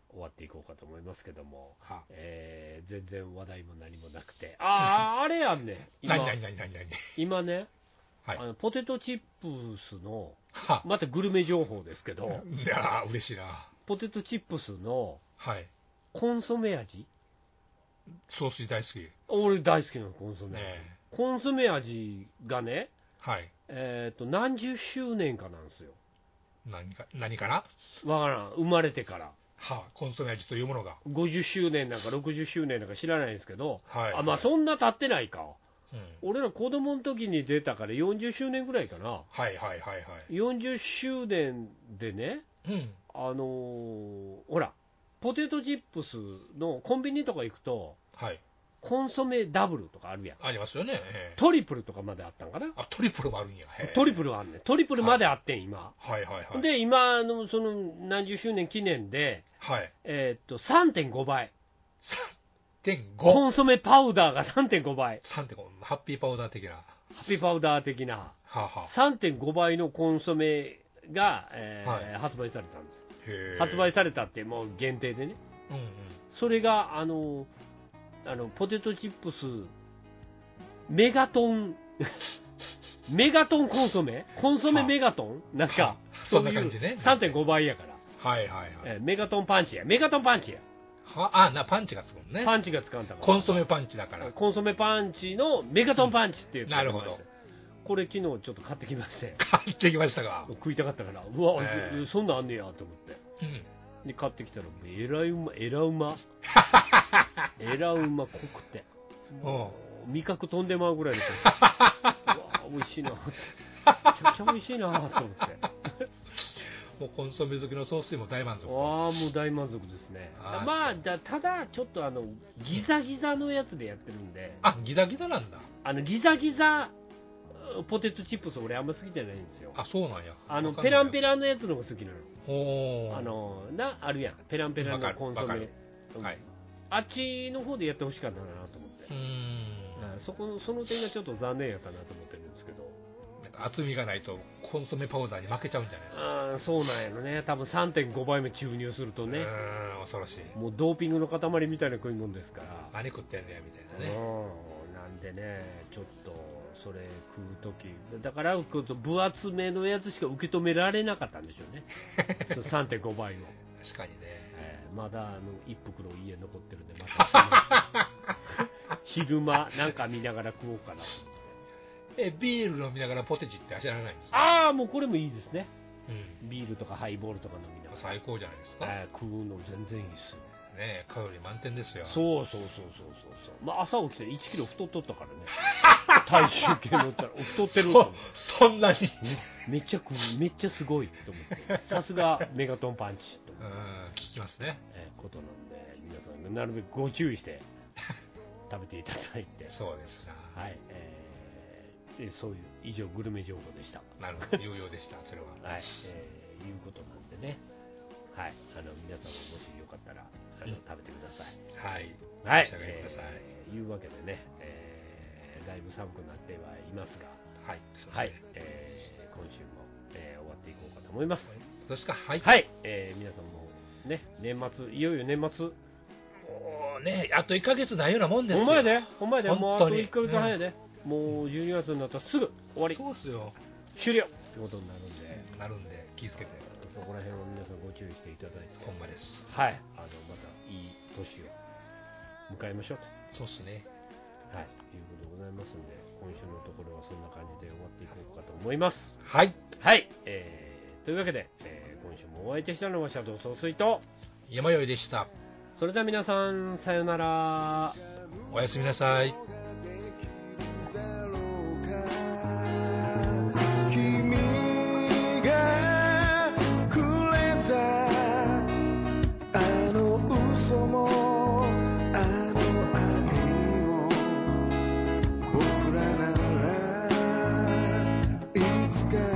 終わっていこうかと思いますけども、
は
えー全然話題も何もなくて、あー、あれやんね、今
何、何、何、何、何。
今ね、
はい
あ。のポテトチップスの、
は
またグルメ情報ですけど、
いやー、嬉しいな。
ポテトチップスの、
はい。
コンソメ味
ソース大好き。ね
俺大好きなのコンソメ味、
え
コンソメ味がね
はい。
えっ、と何十周年かなんですよ
何か、何かな
わからん生まれてから
はあ、コンソメ味というものが。
50周年なんか60周年なんか知らないんですけど、
はい。
あまあそんな経ってないか
うん。
俺ら子供の時に出たから40周年ぐらいかな
はい、はい、はい、は
40周年でね
い。うん。
あのーほら、ポテトチップスのコンビニとか行くと、
はい。
コンソメダブルとかあるやん。
ありますよね。ええ
トリプルとかまであったんかな。
あ、トリプルもあるんや。へえ
トリプルはあんねん。トリプルまであってん、今。
はいはいはい。、
で、今のその何十周年記念で、
はい。
えーっと、3.5倍。コ
3.5。
ンソメパウダーが3.5倍。
3.5。ハッピーパウダー的な。は
ハッピーパウダー的な。
あ、はあ、
3.5倍のコンソメが、えー
はい
発売されたんです。
へえ
発売されたってもう限定でね。
うんうん。
それが、あの、あのポテトチップス、メガトン、 メガトンコンソメコンソメメガトンなんか
は、
そう
そんない感
う
じね
3.5倍やから。
はいはいはい。
えーメガトンパンチや。メガトンパンチや。
はあ、な、パンチがすごいね。
パンチが使うんだから。
コンソメパンチだから。
コンソメパンチのメガトンパンチっていうやつ
なるほど
これ昨日ちょっと買ってきまして
買ってきましたが。
食いたかったからうわ、
ええ
そんなんあんねやと思って
うん。
で買ってきたらえらいうまえらう まえらうま濃くて
うん。
味覚飛んでまうぐらいでう わ美味しいなってめちゃくちゃ美味しいなと思って
もうコンソメ好きの総帥も大満足。
わあもう大満足ですね
あー
まあだただちょっとあのギザギザのやつでやってるんで
あ、ギザギザなんだ。
あのギザギザポテトチップス俺あんま好きじゃないんですよ
あ、そうなんや。
あのペランペ
ラ。
ランのやつの方が好きな
ほー
のあ、のなあるやんペランペランのコンソ
わか
メ
るはい。
あっちの方でやってほしかったなと思って
うーん。
あそこのその点がちょっと残念やったなと思ってるんですけど
なんか厚みがないと、コンソメパウダーに負けちゃうんじゃないですか。
あーそうなんやろね多分3.5倍目注入すると
う
ね
ーん、恐ろしい。
もうドーピングの塊みたいな食い物ですから
何食ってんねや、みたいなね。
うんなんでねちょっとそれ食う時だからこう分厚めのやつしか受け止められなかったんでしょう ねそう3.5倍を。
確かにね。
えーまだあの一袋家残ってるんで、ま た昼間、なんか見ながら食おうかなと思って。
え、ビール飲みながらポテチって走らないんですか
ああ、もうこれもいいですね。
うん。
ビールとかハイボールとか飲みなが。。
最高じゃないですから
えー食うの全然いいっすね。
ねカロリー満点ですよ。
そうそうそうそうそうそう。まあ、朝起きて1キロ太っとったからね。 体重計乗ったら、お太ってると思。
そうそんなに。
ねめっちゃ食う、めっちゃすごいと思って。さすがメガトンパンチと
うーん、聞きますね。
えーことなんで、皆さん、なるべくご注意して食べていただいて。
そうですな。
はい、えーでそういう以上グルメ情報でした。
なるほど、有用でした、それは。
はい、えーいうことなんでね。はい、あの皆さんももしよかったらあの
うん
食べてください。
はい。
はい
召し、上がりください。
えーいうわけでね、えーだいぶ寒くなってはいますが、
はい。そうですね
はい、えー今週も、えー終わっていこうかと思います。
そうですか、はい。
はい、えー皆さんもね年末いよいよ年末、
もうね、あと1ヶ月ないようなもんです
ほ
よ。
んまやで、ほんまやで、もうあと
本当に
1ヶ月早いで、もう12月になったらすぐ終わり
そうっすよ。
終了ってことになるんで。
なるんで、気ぃつけて。
そこら辺は皆さんご注意していただいて、
ほんまです。
はい、あのまたいい年を迎えましょう
そうっすね。
と、はい、いうことでございますんで、今週のところはそんな感じで終わっていこうかと思います。
はい。
はい、えーというわけで、えー今週もお相手したのはシャドウ総帥と、
山よいでした。
それでは皆さん、さよなら。
おやすみなさい。
「君がくれたあの嘘もあの愛も僕らならいつか